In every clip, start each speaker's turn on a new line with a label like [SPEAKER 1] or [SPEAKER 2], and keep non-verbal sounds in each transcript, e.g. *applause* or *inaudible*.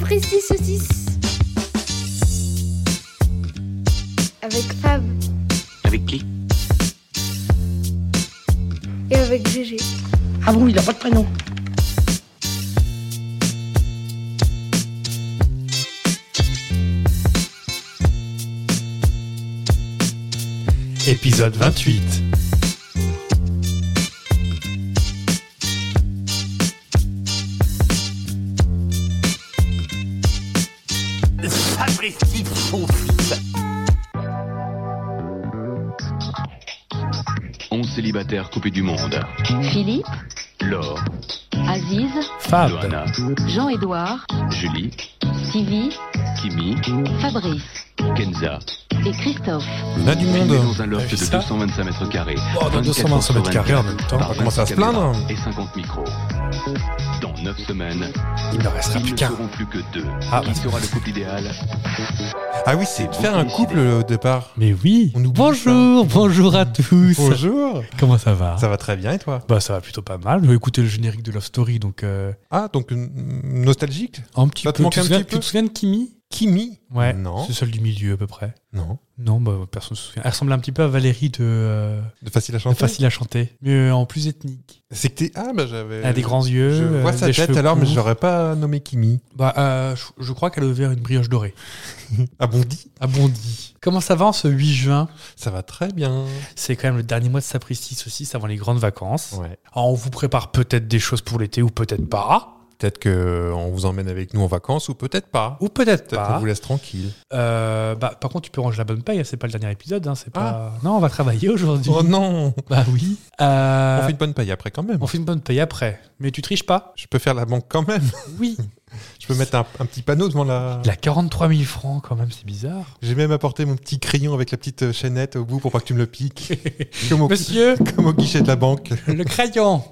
[SPEAKER 1] Précis Saucisse. Avec Fab
[SPEAKER 2] Avec qui
[SPEAKER 1] et avec Gégé.
[SPEAKER 3] Ah bon, il a pas de prénom.
[SPEAKER 4] Épisode 28.
[SPEAKER 2] Sapristi fils Onze célibataires coupés du monde.
[SPEAKER 5] Philippe,
[SPEAKER 2] Laure,
[SPEAKER 5] Aziz,
[SPEAKER 4] Fab.
[SPEAKER 6] Ah, bah.
[SPEAKER 2] Johanna,
[SPEAKER 5] Jean-Édouard,
[SPEAKER 2] Julie,
[SPEAKER 5] Sylvie,
[SPEAKER 2] Kimi,
[SPEAKER 5] Fabrice
[SPEAKER 2] Kenza.
[SPEAKER 5] et Christophe.
[SPEAKER 6] On a du monde.
[SPEAKER 2] Filmés dans un
[SPEAKER 6] T'as
[SPEAKER 2] loft
[SPEAKER 6] vu
[SPEAKER 2] de
[SPEAKER 6] ça
[SPEAKER 2] 225 mètres carrés.
[SPEAKER 6] Oh, dans 225 mètres carrés en même temps, on va commencer à se plaindre.
[SPEAKER 2] Et 50 micros. Dans 9 semaines,
[SPEAKER 6] Il ne restera
[SPEAKER 2] ils
[SPEAKER 6] plus
[SPEAKER 2] ne
[SPEAKER 6] qu'un.
[SPEAKER 2] seront plus que deux.
[SPEAKER 6] Ah,
[SPEAKER 2] Qui sera le couple idéal
[SPEAKER 6] Ah oui, c'est de faire un couple euh, au départ.
[SPEAKER 4] Mais oui.
[SPEAKER 6] On oublie
[SPEAKER 4] bonjour, bonjour à tous.
[SPEAKER 6] Bonjour.
[SPEAKER 4] Comment ça va
[SPEAKER 6] Ça va très bien et toi
[SPEAKER 4] Bah ça va plutôt pas mal. Je vais écouter le générique de Love Story, donc euh,
[SPEAKER 6] Ah, donc euh, nostalgique
[SPEAKER 4] un petit
[SPEAKER 6] Ça te
[SPEAKER 4] peu.
[SPEAKER 6] manque
[SPEAKER 4] Tu
[SPEAKER 6] un
[SPEAKER 4] te souviens-
[SPEAKER 6] petit peu
[SPEAKER 4] tu te souviens de Kimi
[SPEAKER 6] Kimi
[SPEAKER 4] Ouais.
[SPEAKER 6] Non.
[SPEAKER 4] C'est celle du milieu à peu près.
[SPEAKER 6] Non.
[SPEAKER 4] Non, bah personne se souvient. Elle ressemble un petit peu à Valérie de, euh,
[SPEAKER 6] De facile à
[SPEAKER 4] de
[SPEAKER 6] chanter.
[SPEAKER 4] Facile à chanter, mais euh, en plus ethnique.
[SPEAKER 6] C'est que t'es. Ah, bah j'avais.
[SPEAKER 4] Elle a des grands yeux.
[SPEAKER 6] Je vois
[SPEAKER 4] euh,
[SPEAKER 6] sa
[SPEAKER 4] des
[SPEAKER 6] tête
[SPEAKER 4] cheveux
[SPEAKER 6] alors, mais
[SPEAKER 4] courts.
[SPEAKER 6] je l'aurais pas nommé Kimi.
[SPEAKER 4] Bah, euh, je, je crois qu'elle a ouvert une brioche dorée.
[SPEAKER 6] Ah bon, dit
[SPEAKER 4] À Bondy. Comment ça va en ce 8 juin
[SPEAKER 6] Ça va très bien.
[SPEAKER 4] C'est quand même le dernier mois de Sapristi saucisse avant les grandes vacances.
[SPEAKER 6] Ouais.
[SPEAKER 4] Alors, on vous prépare peut-être des choses pour l'été ou peut-être euh, pas.
[SPEAKER 6] Peut-être qu'on vous emmène avec nous en vacances ou peut-être pas. Oh
[SPEAKER 4] Ou peut-être
[SPEAKER 6] Peut-être
[SPEAKER 4] pas.
[SPEAKER 6] qu'on vous laisse tranquille.
[SPEAKER 4] Euh, bah, par contre, tu peux ranger la bonne paye, hein, c'est pas le dernier épisode. hein, c'est pas... Non, on va travailler aujourd'hui.
[SPEAKER 6] Oh non
[SPEAKER 4] Bah oui. Euh,
[SPEAKER 6] On fait une bonne paille après quand même.
[SPEAKER 4] une bonne paye après. Mais tu triches pas
[SPEAKER 6] Je peux faire la banque quand même.
[SPEAKER 4] *laughs* Oui.
[SPEAKER 6] Je peux mettre un, un petit panneau devant la.
[SPEAKER 4] Il a 43 000 francs quand même, c'est bizarre.
[SPEAKER 6] J'ai même apporté mon petit crayon avec la petite euh, chaînette au bout pour pas que tu me le *laughs* piques. comme,
[SPEAKER 4] *laughs*
[SPEAKER 6] au,
[SPEAKER 4] Monsieur,
[SPEAKER 6] *laughs* comme au guichet de la banque.
[SPEAKER 4] le crayon.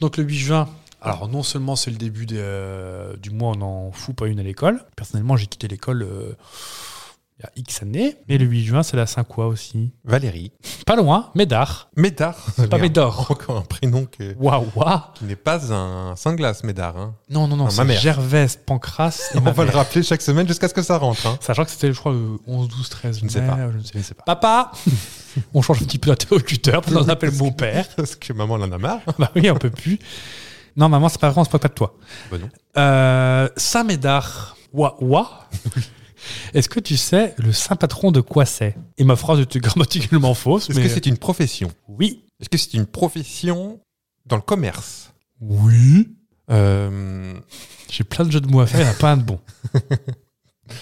[SPEAKER 4] Donc le 8 juin. Alors non seulement c'est le début de, euh, du mois, on en fout pas une à l'école. Personnellement, j'ai quitté l'école euh, il y a X années. Mais le 8 juin, c'est la Saint-Quoi aussi.
[SPEAKER 6] Valérie.
[SPEAKER 4] Pas loin, Médard.
[SPEAKER 6] Ah, Médard.
[SPEAKER 4] Pas
[SPEAKER 6] Merde.
[SPEAKER 4] Médor.
[SPEAKER 6] *laughs* Encore un prénom que-
[SPEAKER 4] Ah, Waouh, waouh.
[SPEAKER 6] qui n'est pas un singlace, Médard. hein.
[SPEAKER 4] Non, non, non,
[SPEAKER 6] Non, ma
[SPEAKER 4] c'est
[SPEAKER 6] mère.
[SPEAKER 4] Gervais, Pancras et
[SPEAKER 6] *laughs* On
[SPEAKER 4] ma
[SPEAKER 6] va le
[SPEAKER 4] mère.
[SPEAKER 6] rappeler chaque semaine jusqu'à ce que ça rentre. *laughs* hein.
[SPEAKER 4] Sachant que c'était, je crois, euh, le 11, 12, 13
[SPEAKER 6] Je ne sais
[SPEAKER 4] mai,
[SPEAKER 6] pas.
[SPEAKER 4] je ne sais
[SPEAKER 6] Je ne sais pas.
[SPEAKER 4] Papa *laughs* On change un petit peu d'interlocuteur, puis on appelle mon
[SPEAKER 6] *laughs*
[SPEAKER 4] père.
[SPEAKER 6] Parce que maman en a marre.
[SPEAKER 4] Bah oui, on peut plus. Non, maman, c'est pas vrai, on se moque pas de toi.
[SPEAKER 6] Bah non.
[SPEAKER 4] Euh, Saint Médard, ouah
[SPEAKER 6] *laughs*
[SPEAKER 4] ouah. Est-ce que tu sais le saint patron de quoi c'est Et ma phrase était grammaticalement fausse,
[SPEAKER 6] Est-ce
[SPEAKER 4] mais euh,
[SPEAKER 6] que c'est une profession
[SPEAKER 4] oui,
[SPEAKER 6] euh, Est-ce que c'est une profession dans le commerce
[SPEAKER 4] oui.
[SPEAKER 6] Euh,
[SPEAKER 4] J'ai plein de jeux de mots à faire, il n'y en a pas un de bon.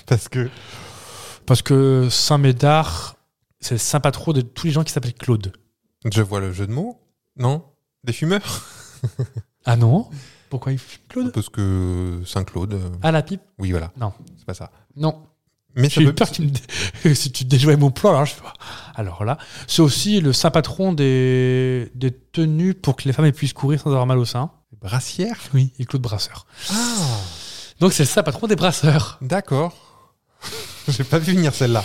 [SPEAKER 6] Parce que.
[SPEAKER 4] Parce que Saint Médard, c'est le saint patron de tous les gens qui s'appellent Claude.
[SPEAKER 6] Je vois le jeu de mots. Non Des fumeurs *laughs*
[SPEAKER 4] Ah non Pourquoi il fait Claude
[SPEAKER 6] Parce que Saint-Claude. euh,
[SPEAKER 4] Ah la pipe
[SPEAKER 6] Oui, voilà.
[SPEAKER 4] Non.
[SPEAKER 6] C'est pas ça.
[SPEAKER 4] Non.
[SPEAKER 6] Mais ça
[SPEAKER 4] J'ai eu
[SPEAKER 6] peut.
[SPEAKER 4] peur qu'il me dé- *laughs* si tu déjouais mon plan, alors je fais, Alors là, c'est aussi le saint patron des... des tenues pour que les femmes elles puissent courir sans avoir mal au sein.
[SPEAKER 6] Brassière
[SPEAKER 4] Oui, et Claude Brasseur.
[SPEAKER 6] Ah
[SPEAKER 4] Donc c'est le saint patron des brasseurs.
[SPEAKER 6] D'accord. *laughs* J'ai pas vu venir celle-là.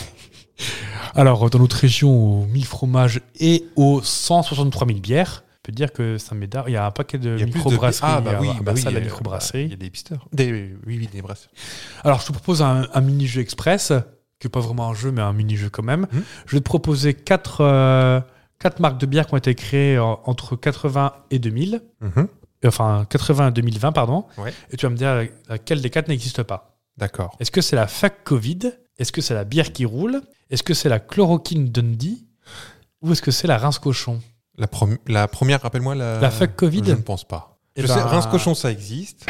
[SPEAKER 4] Alors dans notre région, aux 1000 fromages et aux 163 000 bières, on peut dire que Saint-Médard, il y a un paquet de
[SPEAKER 6] Il y a plus de
[SPEAKER 4] microbrasseries.
[SPEAKER 6] Ah bah
[SPEAKER 4] à-
[SPEAKER 6] oui,
[SPEAKER 4] à
[SPEAKER 6] bah oui,
[SPEAKER 4] Bassal, la
[SPEAKER 6] euh,
[SPEAKER 4] microbrasserie.
[SPEAKER 6] Il y a des pisteurs. Des, oui, oui, des brasseurs.
[SPEAKER 4] Alors, je te propose un, un mini-jeu express, qui n'est pas vraiment un jeu, mais un mini-jeu quand même.
[SPEAKER 6] Mhm.
[SPEAKER 4] Je vais te proposer quatre, euh, quatre marques de bière qui ont été créées en- entre 80 et 2000.
[SPEAKER 6] Mhm.
[SPEAKER 4] euh, Enfin, 80 et 2020, pardon.
[SPEAKER 6] Ouais.
[SPEAKER 4] Et tu vas me dire euh, laquelle des quatre n'existe pas.
[SPEAKER 6] D'accord.
[SPEAKER 4] Est-ce que c'est la fac Covid Est-ce que c'est la bière qui roule Est-ce que c'est la chloroquine Dundee Ou est-ce que c'est la rince cochon
[SPEAKER 6] La, prom- la première, rappelle-moi la.
[SPEAKER 4] La fac Covid
[SPEAKER 6] Je ne pense pas.
[SPEAKER 4] Eh
[SPEAKER 6] je
[SPEAKER 4] ben,
[SPEAKER 6] sais, rince cochon, ça existe.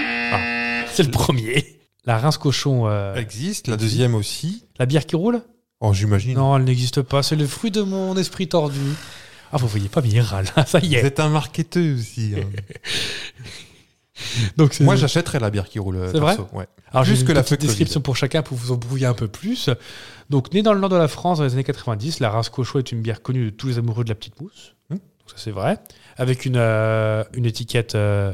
[SPEAKER 4] C'est le premier. La rince cochon, euh,
[SPEAKER 6] Elle existe. La deuxième aussi.
[SPEAKER 4] la bière qui roule
[SPEAKER 6] Oh, j'imagine.
[SPEAKER 4] Non, elle n'existe pas. C'est le fruit de mon esprit tordu. Ah, vous voyez pas, mais il râle. *laughs* Ça y
[SPEAKER 6] Vous
[SPEAKER 4] est.
[SPEAKER 6] êtes un marketeur aussi. hein.
[SPEAKER 4] Donc, *laughs* c'est-
[SPEAKER 6] Moi, j'achèterais la bière qui roule. euh,
[SPEAKER 4] C'est vrai
[SPEAKER 6] perso, ouais.
[SPEAKER 4] Alors, j'ai
[SPEAKER 6] juste
[SPEAKER 4] une
[SPEAKER 6] que la
[SPEAKER 4] petite
[SPEAKER 6] feuille
[SPEAKER 4] description pour chacun pour vous embrouiller un peu plus. Donc, née dans le nord de la France dans les années 90, la race cochon est une bière connue de tous les amoureux de la petite mousse.
[SPEAKER 6] Hmm.
[SPEAKER 4] Donc, ça, c'est vrai. Avec une, euh, une étiquette euh,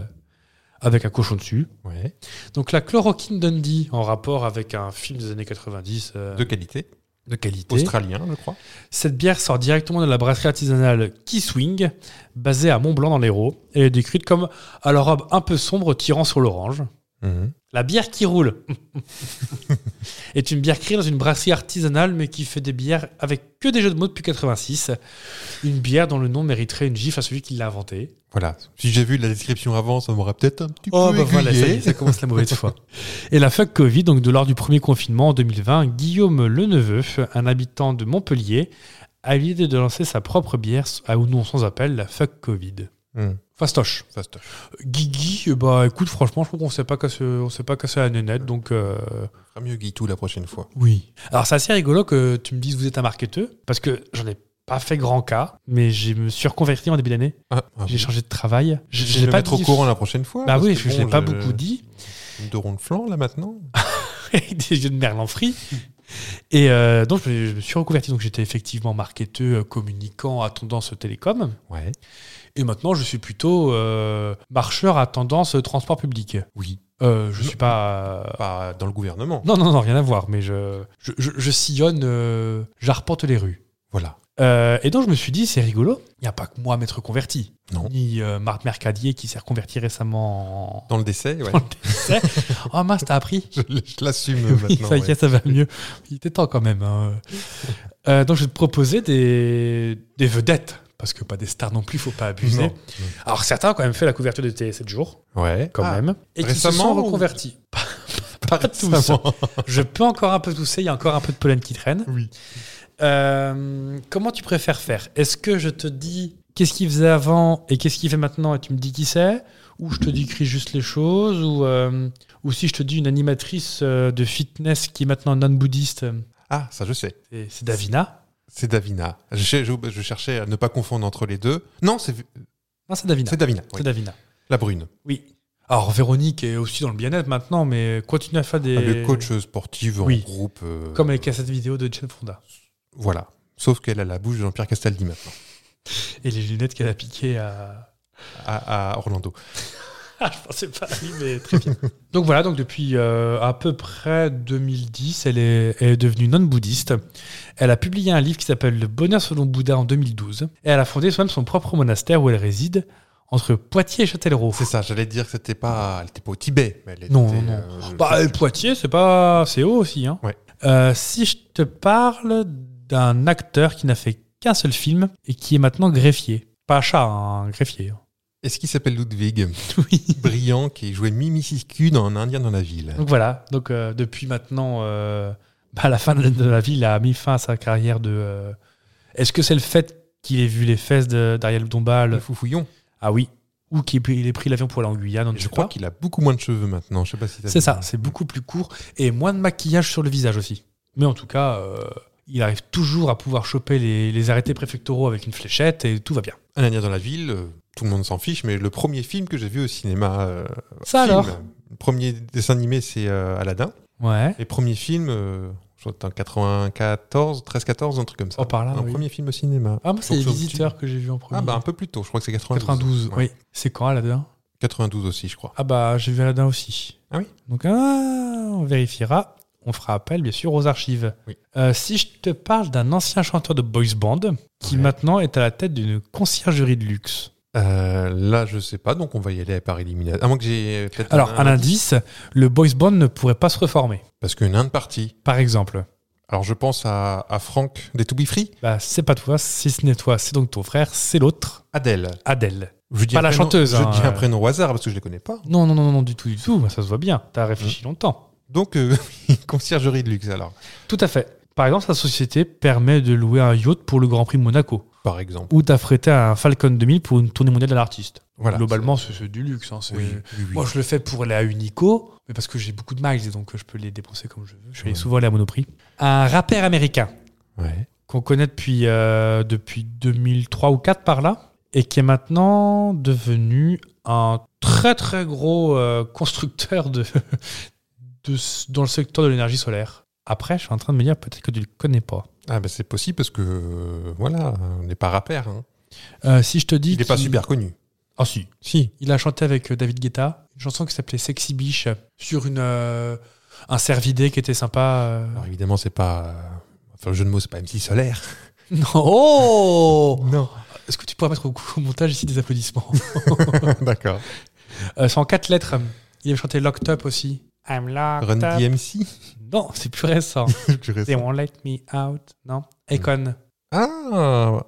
[SPEAKER 4] avec un cochon dessus.
[SPEAKER 6] Ouais.
[SPEAKER 4] Donc, la chloroquine Dundee, en rapport avec un film des années 90 euh,
[SPEAKER 6] De
[SPEAKER 4] de,
[SPEAKER 6] qualité.
[SPEAKER 4] qualité.
[SPEAKER 6] Australien, je crois.
[SPEAKER 4] Cette bière sort directement de la brasserie artisanale Keyswing, basée à Mont-Blanc dans l'Hérault. Elle est décrite comme à la robe un peu sombre tirant sur l'orange.
[SPEAKER 6] Mhm.
[SPEAKER 4] La bière qui roule est une bière créée dans une brasserie artisanale, mais qui fait des bières avec que des jeux de mots depuis 86. Une bière dont le nom mériterait une gifle à celui qui l'a inventée.
[SPEAKER 6] Voilà. Si j'ai vu la description avant, ça m'aurait peut-être un petit
[SPEAKER 4] Oh,
[SPEAKER 6] peu
[SPEAKER 4] bah voilà, ça, y
[SPEAKER 6] aiguillé.
[SPEAKER 4] est, ça commence la mauvaise *laughs* foi. Et la fac Covid, donc de lors du premier confinement en 2020, Guillaume Leneveu, un habitant de Montpellier, a eu l'idée de lancer sa propre bière à ou non sans appel, la fac Covid.
[SPEAKER 6] Mhm.
[SPEAKER 4] Fastoche.
[SPEAKER 6] Ça se touche.
[SPEAKER 4] Guigui, euh, bah écoute, franchement, je trouve qu'on ne s'est pas cassé on s'est pas cassé la nénette, donc euh,
[SPEAKER 6] Ça fera mieux Guitou la prochaine fois.
[SPEAKER 4] oui. Alors c'est assez rigolo que tu me dises vous êtes un marketeur, parce que j'en ai pas fait grand cas, mais je me suis reconverti en début d'année.
[SPEAKER 6] Ah, ah,
[SPEAKER 4] J'ai changé de travail. Je-
[SPEAKER 6] Je vais
[SPEAKER 4] je l'ai
[SPEAKER 6] le mettre au
[SPEAKER 4] dit-
[SPEAKER 6] courant la prochaine fois.
[SPEAKER 4] Bah
[SPEAKER 6] parce
[SPEAKER 4] oui,
[SPEAKER 6] que
[SPEAKER 4] je ne
[SPEAKER 6] bon,
[SPEAKER 4] l'ai pas
[SPEAKER 6] je-
[SPEAKER 4] beaucoup dit.
[SPEAKER 6] De rond de flanc, là, maintenant
[SPEAKER 4] *laughs* des yeux de Merlin Free. Et euh, donc, je, je me suis reconverti. Donc, j'étais effectivement marketeur, euh, communicant à tendance télécom.
[SPEAKER 6] Ouais.
[SPEAKER 4] Et maintenant, je suis plutôt euh, marcheur à tendance euh, transport public.
[SPEAKER 6] Oui.
[SPEAKER 4] Euh, je
[SPEAKER 6] Non.
[SPEAKER 4] suis pas. euh,
[SPEAKER 6] Pas dans le gouvernement.
[SPEAKER 4] Non, non, non, rien à voir. Mais je, je, je- je sillonne, euh, j'arpente les rues.
[SPEAKER 6] Voilà.
[SPEAKER 4] Euh, et donc je me suis dit, c'est rigolo, il n'y a pas que moi à m'être converti.
[SPEAKER 6] Non.
[SPEAKER 4] Ni euh, Marthe Mercadier qui s'est reconverti récemment en...
[SPEAKER 6] Dans le décès, ouais.
[SPEAKER 4] Dans le décès. oh mince, t'as appris
[SPEAKER 6] *laughs* Je l- je l'assume
[SPEAKER 4] *laughs* Oui,
[SPEAKER 6] maintenant.
[SPEAKER 4] ça y
[SPEAKER 6] ouais.
[SPEAKER 4] est, ça va mieux. Il était temps quand même.
[SPEAKER 6] *laughs*
[SPEAKER 4] hein. Euh, donc, je vais te proposer des, des vedettes, parce que pas des stars non plus, faut pas abuser.
[SPEAKER 6] Non.
[SPEAKER 4] Alors, certains ont quand même fait la couverture de télé 7 jours,
[SPEAKER 6] Ouais.
[SPEAKER 4] quand
[SPEAKER 6] Ah,
[SPEAKER 4] même, et qui se
[SPEAKER 6] récemment
[SPEAKER 4] sont
[SPEAKER 6] ou-
[SPEAKER 4] reconvertis.
[SPEAKER 6] *laughs* Pas
[SPEAKER 4] Pas tous.
[SPEAKER 6] récemment.
[SPEAKER 4] Je peux encore un peu tousser, il y a encore un peu de pollen qui traîne.
[SPEAKER 6] Oui.
[SPEAKER 4] Euh, comment tu préfères faire Est-ce que je te dis qu'est-ce qu'il faisait avant et qu'est-ce qu'il fait maintenant et tu me dis qui c'est Ou je te décris juste les choses Ou, euh, ou si je te dis une animatrice euh, de fitness qui est maintenant non-bouddhiste
[SPEAKER 6] Ah, ça, je sais.
[SPEAKER 4] C'est c'est Davina
[SPEAKER 6] C'est Davina. Je, cher- je- je cherchais à ne pas confondre entre les deux. Non, c'est
[SPEAKER 4] Non, c'est Davina.
[SPEAKER 6] c'est Davina. oui.
[SPEAKER 4] C'est Davina.
[SPEAKER 6] La brune.
[SPEAKER 4] Oui. Alors, Véronique est aussi dans le bien-être maintenant, mais continue à faire des.
[SPEAKER 6] Ah, Le coach sportive en
[SPEAKER 4] Oui.
[SPEAKER 6] groupe. euh,
[SPEAKER 4] Comme les cassettes vidéo de Jane Fonda.
[SPEAKER 6] Voilà. Sauf qu'elle a la bouche de Jean-Pierre Castaldi maintenant,
[SPEAKER 4] Et les lunettes qu'elle a piquées à. *laughs*
[SPEAKER 6] à, à Orlando.
[SPEAKER 4] Ah, je pensais pas à lui, mais très
[SPEAKER 6] *laughs*
[SPEAKER 4] bien. donc voilà, donc depuis euh, à peu près 2010, elle est, elle est devenue non-bouddhiste. Elle a publié un livre qui s'appelle Le bonheur selon Bouddha en 2012. Et elle a fondé soi-même son propre monastère où elle réside, entre Poitiers et Châtellerault.
[SPEAKER 6] C'est ça, j'allais dire que c'était pas, elle était pas au Tibet. Mais elle
[SPEAKER 4] Non,
[SPEAKER 6] était,
[SPEAKER 4] non.
[SPEAKER 6] euh,
[SPEAKER 4] Bah, euh, Poitiers, c'est pas, c'est haut aussi. Hein.
[SPEAKER 6] Ouais.
[SPEAKER 4] Euh, si je te parle d'un acteur qui n'a fait qu'un seul film et qui est maintenant greffier, pas un chat, un greffier. hein.
[SPEAKER 6] Est-ce qu'il s'appelle Ludwig
[SPEAKER 4] *laughs* Oui.
[SPEAKER 6] Brillant, qui jouait Mimi Siku dans Un Indien dans la ville.
[SPEAKER 4] Donc voilà. Donc euh, depuis maintenant, euh, bah, à la fin de de la vie, il a mis fin à sa carrière de. euh, Est-ce que c'est le fait qu'il ait vu les fesses de- d'Ariel
[SPEAKER 6] Le
[SPEAKER 4] Dombal
[SPEAKER 6] foufouillon.
[SPEAKER 4] Ah oui. Ou qu'il ait pris l'avion pour aller en Guyane on ne
[SPEAKER 6] Je
[SPEAKER 4] sait
[SPEAKER 6] crois
[SPEAKER 4] pas.
[SPEAKER 6] qu'il a beaucoup moins de cheveux maintenant. Je sais pas si t'as
[SPEAKER 4] C'est
[SPEAKER 6] vu.
[SPEAKER 4] ça, c'est beaucoup plus court et moins de maquillage sur le visage aussi. Mais en tout cas, euh, il arrive toujours à pouvoir choper les, les arrêtés préfectoraux avec une fléchette et tout va bien.
[SPEAKER 6] Un Indien dans la ville, euh, tout le monde s'en fiche, mais le premier film que j'ai vu au cinéma. euh,
[SPEAKER 4] Ça
[SPEAKER 6] film,
[SPEAKER 4] alors
[SPEAKER 6] Le premier dessin animé, c'est euh, Aladdin.
[SPEAKER 4] Ouais.
[SPEAKER 6] Et premier film, euh, je crois que c'était en 94, 13-14, un truc comme ça.
[SPEAKER 4] Oh, par là,
[SPEAKER 6] un
[SPEAKER 4] oui.
[SPEAKER 6] premier film au cinéma.
[SPEAKER 4] Ah, moi, c'est
[SPEAKER 6] Donc,
[SPEAKER 4] les
[SPEAKER 6] sur-
[SPEAKER 4] visiteurs que j'ai vu en premier.
[SPEAKER 6] Ah, bah un peu plus tôt, je crois que c'est 92.
[SPEAKER 4] 92,
[SPEAKER 6] Ouais.
[SPEAKER 4] oui. C'est quand Aladdin
[SPEAKER 6] 92 aussi, je crois.
[SPEAKER 4] Ah, bah, j'ai vu Aladdin aussi.
[SPEAKER 6] Ah oui
[SPEAKER 4] Donc, ah, on vérifiera. On fera appel, bien sûr, aux archives.
[SPEAKER 6] Oui.
[SPEAKER 4] Euh, si je te parle d'un ancien chanteur de boys band qui
[SPEAKER 6] Ouais.
[SPEAKER 4] maintenant est à la tête d'une conciergerie de luxe.
[SPEAKER 6] Euh, là, je sais pas, donc on va y aller par élimination. À moins que j'ai peut-être.
[SPEAKER 4] Alors, un indice, le boys band ne pourrait pas se reformer.
[SPEAKER 6] Parce qu'une Inde partie.
[SPEAKER 4] Par exemple,
[SPEAKER 6] Alors, je pense à, à Franck des To Be Free,
[SPEAKER 4] bah, c'est pas toi, si ce n'est toi, c'est donc ton frère, c'est l'autre,
[SPEAKER 6] Adèle.
[SPEAKER 4] Adèle.
[SPEAKER 6] Je dis
[SPEAKER 4] Pas
[SPEAKER 6] un
[SPEAKER 4] la
[SPEAKER 6] prénom-
[SPEAKER 4] chanteuse,
[SPEAKER 6] Je
[SPEAKER 4] hein,
[SPEAKER 6] dis
[SPEAKER 4] euh.
[SPEAKER 6] un prénom au hasard parce que je les connais pas.
[SPEAKER 4] Non, non, non, non, du tout, du tout, ça se voit bien, t'as réfléchi
[SPEAKER 6] Hein
[SPEAKER 4] longtemps.
[SPEAKER 6] Donc, euh, *laughs* conciergerie de luxe, alors,
[SPEAKER 4] Tout à fait. Par exemple, sa société permet de louer un yacht pour le Grand Prix de Monaco
[SPEAKER 6] par exemple.
[SPEAKER 4] ou d'affréter un Falcon 2000 pour une tournée mondiale de l'artiste.
[SPEAKER 6] Voilà.
[SPEAKER 4] Globalement, c'est c'est du luxe. hein, c'est-
[SPEAKER 6] Oui, oui, oui.
[SPEAKER 4] Moi, je le fais pour aller à Unico, mais parce que j'ai beaucoup de miles et donc euh, je peux les dépenser comme je veux. Je suis
[SPEAKER 6] Ouais.
[SPEAKER 4] souvent allé à Monoprix. Un rappeur américain
[SPEAKER 6] Ouais.
[SPEAKER 4] qu'on connaît depuis, euh, depuis 2003 ou 4 par là, et qui est maintenant devenu un très très gros euh, constructeur de, *laughs* de, dans le secteur de l'énergie solaire. Après, je suis en train de me dire peut-être que tu le connais pas.
[SPEAKER 6] Ah, bah, c'est possible parce que, euh, voilà, on n'est pas rappeur. hein.
[SPEAKER 4] Euh, si je te dis,
[SPEAKER 6] Il n'est pas
[SPEAKER 4] qu'il-
[SPEAKER 6] super connu.
[SPEAKER 4] Ah si,
[SPEAKER 6] Si.
[SPEAKER 4] il a chanté avec euh, David Guetta une chanson qui s'appelait Sexy Biche sur une euh, un cervidé qui était sympa. euh.
[SPEAKER 6] Alors, évidemment, c'est pas. euh, Enfin, le jeu de mots, c'est pas MC Solaire.
[SPEAKER 4] *laughs* Non. Oh
[SPEAKER 6] Non.
[SPEAKER 4] Est-ce *laughs* que tu pourrais mettre au, au montage ici des applaudissements
[SPEAKER 6] *laughs* D'accord.
[SPEAKER 4] Euh, C'est en quatre lettres. Il avait chanté Locked Up aussi. I'm locked
[SPEAKER 6] Run
[SPEAKER 4] up.
[SPEAKER 6] *laughs* DMC
[SPEAKER 4] Non, c'est plus récent.
[SPEAKER 6] Tu
[SPEAKER 4] *laughs*
[SPEAKER 6] restes-
[SPEAKER 4] They won't let me out. Non. Akon.
[SPEAKER 6] Ah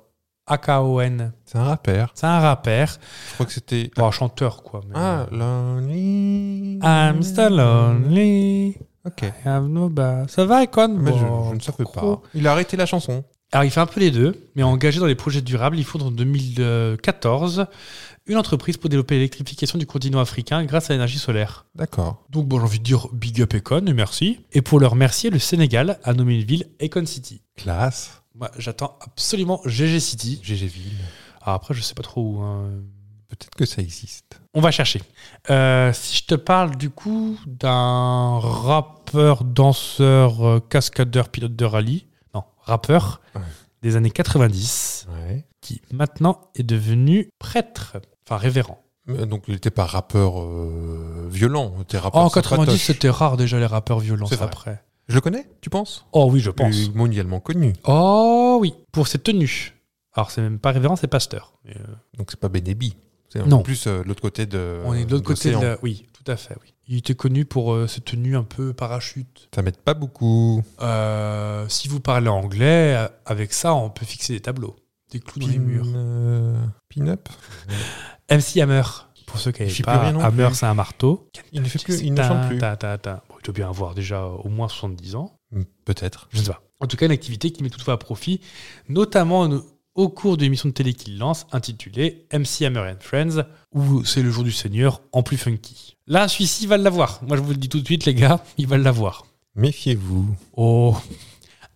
[SPEAKER 4] A-K-O-N.
[SPEAKER 6] C'est un rappeur.
[SPEAKER 4] C'est un rappeur.
[SPEAKER 6] Je crois que c'était.
[SPEAKER 4] Bon, un chanteur, quoi. mais- euh.
[SPEAKER 6] Ah, Lonely.
[SPEAKER 4] I'm still lonely.
[SPEAKER 6] Ok.
[SPEAKER 4] I have no bar. Ça va, Akon
[SPEAKER 6] Ah, Mais je,
[SPEAKER 4] Bon,
[SPEAKER 6] je ne savais pas.
[SPEAKER 4] gros.
[SPEAKER 6] Il a arrêté la chanson.
[SPEAKER 4] Alors, il fait un peu les deux, mais engagé dans les projets durables, il fonde en 2014 une entreprise pour développer l'électrification du continent africain grâce à l'énergie solaire.
[SPEAKER 6] D'accord.
[SPEAKER 4] Donc bon, j'ai envie de dire big up Econ et merci. Et pour leur remercier, le Sénégal a nommé une ville Econ City.
[SPEAKER 6] Classe.
[SPEAKER 4] Moi, j'attends absolument GG City.
[SPEAKER 6] GG Ville.
[SPEAKER 4] Ah, après, je sais pas trop où. hein.
[SPEAKER 6] Peut-être que ça existe.
[SPEAKER 4] On va chercher. Euh, si je te parle du coup d'un rappeur, danseur, euh, cascadeur, pilote de rallye, non, rappeur
[SPEAKER 6] Ouais.
[SPEAKER 4] des années 90,
[SPEAKER 6] Ouais.
[SPEAKER 4] qui maintenant est devenu prêtre, enfin révérend.
[SPEAKER 6] Mais Euh, Donc, il n'était pas rappeur euh, violent. il était rappeur
[SPEAKER 4] Ah, en 90,
[SPEAKER 6] sympatoche.
[SPEAKER 4] c'était rare déjà les rappeurs violents
[SPEAKER 6] C'est vrai.
[SPEAKER 4] après.
[SPEAKER 6] Je le connais, tu penses
[SPEAKER 4] Oh oui, je pense.
[SPEAKER 6] Plus mondialement connu.
[SPEAKER 4] Oh oui, pour ses tenues. Alors c'est même pas révérend, c'est pasteur. Mais, euh,
[SPEAKER 6] Donc, c'est pas Benebi. C'est
[SPEAKER 4] Non.
[SPEAKER 6] en plus euh, de l'autre côté de.
[SPEAKER 4] on est de l'autre côté de
[SPEAKER 6] l'océan.
[SPEAKER 4] la... Oui, tout à fait. Oui. Il était connu pour euh, ses tenues un peu parachute.
[SPEAKER 6] Ça m'aide pas beaucoup.
[SPEAKER 4] Euh, si vous parlez anglais, euh, avec ça, on peut fixer des tableaux, des clous dans les murs.
[SPEAKER 6] euh, Pin-up
[SPEAKER 4] MC Hammer, pour ceux qui
[SPEAKER 6] Il
[SPEAKER 4] n'avaient
[SPEAKER 6] fait plus
[SPEAKER 4] pas,
[SPEAKER 6] rien non
[SPEAKER 4] Hammer
[SPEAKER 6] plus.
[SPEAKER 4] c'est un marteau.
[SPEAKER 6] Il ne fait plus, il ne
[SPEAKER 4] Ta-
[SPEAKER 6] chante plus.
[SPEAKER 4] ta- ta- ta. Bon, il doit bien avoir déjà euh, au moins 70 ans.
[SPEAKER 6] Hmm, Peut-être.
[SPEAKER 4] Je ne sais pas. En tout cas, une activité qui met toutefois à profit, notamment en- au cours d'une émission de télé qu'il lance intitulée MC Hammer and Friends, où c'est le jour du Seigneur en plus funky. Là, celui-ci va l'avoir. Moi, je vous le dis tout de suite, les gars, il va l'avoir.
[SPEAKER 6] Méfiez-vous.
[SPEAKER 4] Oh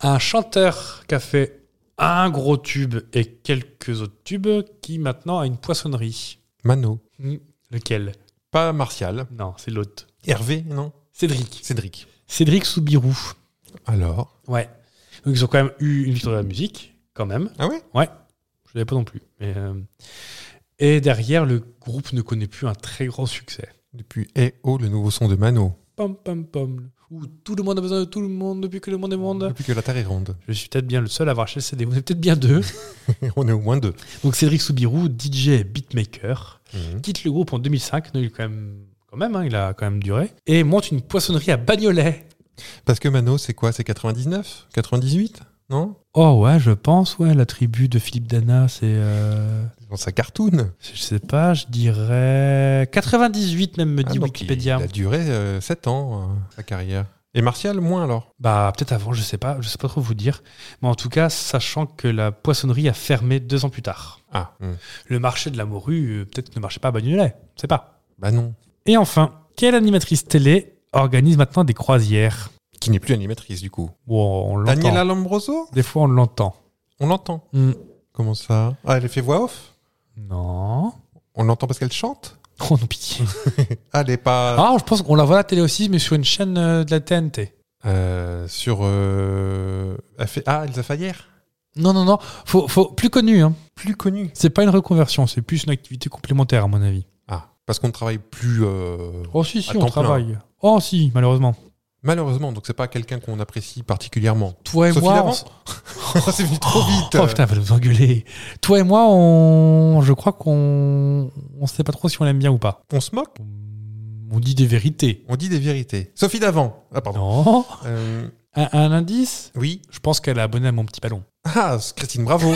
[SPEAKER 4] Un chanteur qui a fait un gros tube et quelques autres tubes, qui maintenant a une poissonnerie.
[SPEAKER 6] Mano.
[SPEAKER 4] Hmm, Lequel
[SPEAKER 6] Pas Martial.
[SPEAKER 4] Non, c'est l'autre.
[SPEAKER 6] Hervé, non
[SPEAKER 4] Cédric.
[SPEAKER 6] Cédric.
[SPEAKER 4] Cédric Soubirou.
[SPEAKER 6] Alors
[SPEAKER 4] Ouais. Donc, ils ont quand même eu une victoire de la musique, quand même.
[SPEAKER 6] Ah ouais
[SPEAKER 4] Je l'avais pas non plus. mais, euh, Et derrière, le groupe ne connaît plus un très grand succès.
[SPEAKER 6] Depuis Eh oh, le nouveau son de Mano.
[SPEAKER 4] Pom pom pom. Où tout le monde a besoin de tout le monde depuis que le monde est monde.
[SPEAKER 6] Depuis que la Terre est ronde. *laughs*
[SPEAKER 4] Je suis peut-être bien le seul à avoir acheté le CD. Vous êtes peut-être bien *laughs* deux.
[SPEAKER 6] On est au moins deux.
[SPEAKER 4] Donc Cédric Soubirou, DJ et beatmaker,
[SPEAKER 6] Mhm.
[SPEAKER 4] quitte le groupe en 2005. Donc, il, est quand même, quand même, hein, il a quand même duré. Et monte une poissonnerie à Bagnolet.
[SPEAKER 6] Parce que Mano, c'est quoi C'est 99 98 Non
[SPEAKER 4] Oh ouais, je pense, ouais, la tribu de Philippe Dana, c'est... euh,
[SPEAKER 6] Dans sa cartoon.
[SPEAKER 4] je sais pas, je dirais... 98 même, me
[SPEAKER 6] Ah,
[SPEAKER 4] dit
[SPEAKER 6] donc
[SPEAKER 4] Wikipédia.
[SPEAKER 6] Il, il a duré 7 ans, euh, sa carrière. Et Martial, moins alors
[SPEAKER 4] Bah peut-être avant, je sais pas, je sais pas trop vous dire. Mais en tout cas, sachant que la poissonnerie a fermé deux ans plus tard.
[SPEAKER 6] Ah. hmm.
[SPEAKER 4] Le marché de la morue euh, peut-être ne marchait pas à Bagnolet, on sait pas.
[SPEAKER 6] Bah non.
[SPEAKER 4] Et enfin, quelle animatrice télé organise maintenant des croisières
[SPEAKER 6] Qui n'est plus animatrice, du coup.
[SPEAKER 4] Bon, on l'entend.
[SPEAKER 6] Daniela Lombroso
[SPEAKER 4] Des fois, on l'entend.
[SPEAKER 6] On l'entend.
[SPEAKER 4] Hmm.
[SPEAKER 6] Comment ça Ah, elle fait voix off
[SPEAKER 4] Non.
[SPEAKER 6] On l'entend parce qu'elle chante
[SPEAKER 4] Oh non, pitié.
[SPEAKER 6] Ah, elle est pas.
[SPEAKER 4] Ah, je pense qu'on la voit à la télé aussi, mais sur une chaîne euh, de la TNT.
[SPEAKER 6] Euh, sur. euh, elle fait... Ah, Elsa Fayer
[SPEAKER 4] Non, non, non. Faut, faut plus connu. Hein.
[SPEAKER 6] Plus connue.
[SPEAKER 4] C'est pas une reconversion, c'est plus une activité complémentaire à mon avis.
[SPEAKER 6] Ah, parce qu'on ne travaille plus. euh,
[SPEAKER 4] Oh si,
[SPEAKER 6] À
[SPEAKER 4] si, on
[SPEAKER 6] temps plein.
[SPEAKER 4] travaille. Oh si, malheureusement.
[SPEAKER 6] Malheureusement, donc c'est pas quelqu'un qu'on apprécie particulièrement. *laughs*
[SPEAKER 4] Toi et
[SPEAKER 6] Sophie
[SPEAKER 4] moi,
[SPEAKER 6] Lavant
[SPEAKER 4] on s-
[SPEAKER 6] c'est venu trop vite.
[SPEAKER 4] Oh putain, elle va nous engueuler. Toi et moi, on, je crois qu'on, on sait pas trop si on l'aime bien ou pas.
[SPEAKER 6] On se moque,
[SPEAKER 4] On dit des vérités.
[SPEAKER 6] on dit des vérités. Sophie d'avant. Ah, pardon.
[SPEAKER 4] Non.
[SPEAKER 6] Euh,
[SPEAKER 4] Un, un indice.
[SPEAKER 6] oui.
[SPEAKER 4] Je pense qu'elle est abonnée à mon petit ballon. *laughs*
[SPEAKER 6] Ah, c'est Christine Bravo.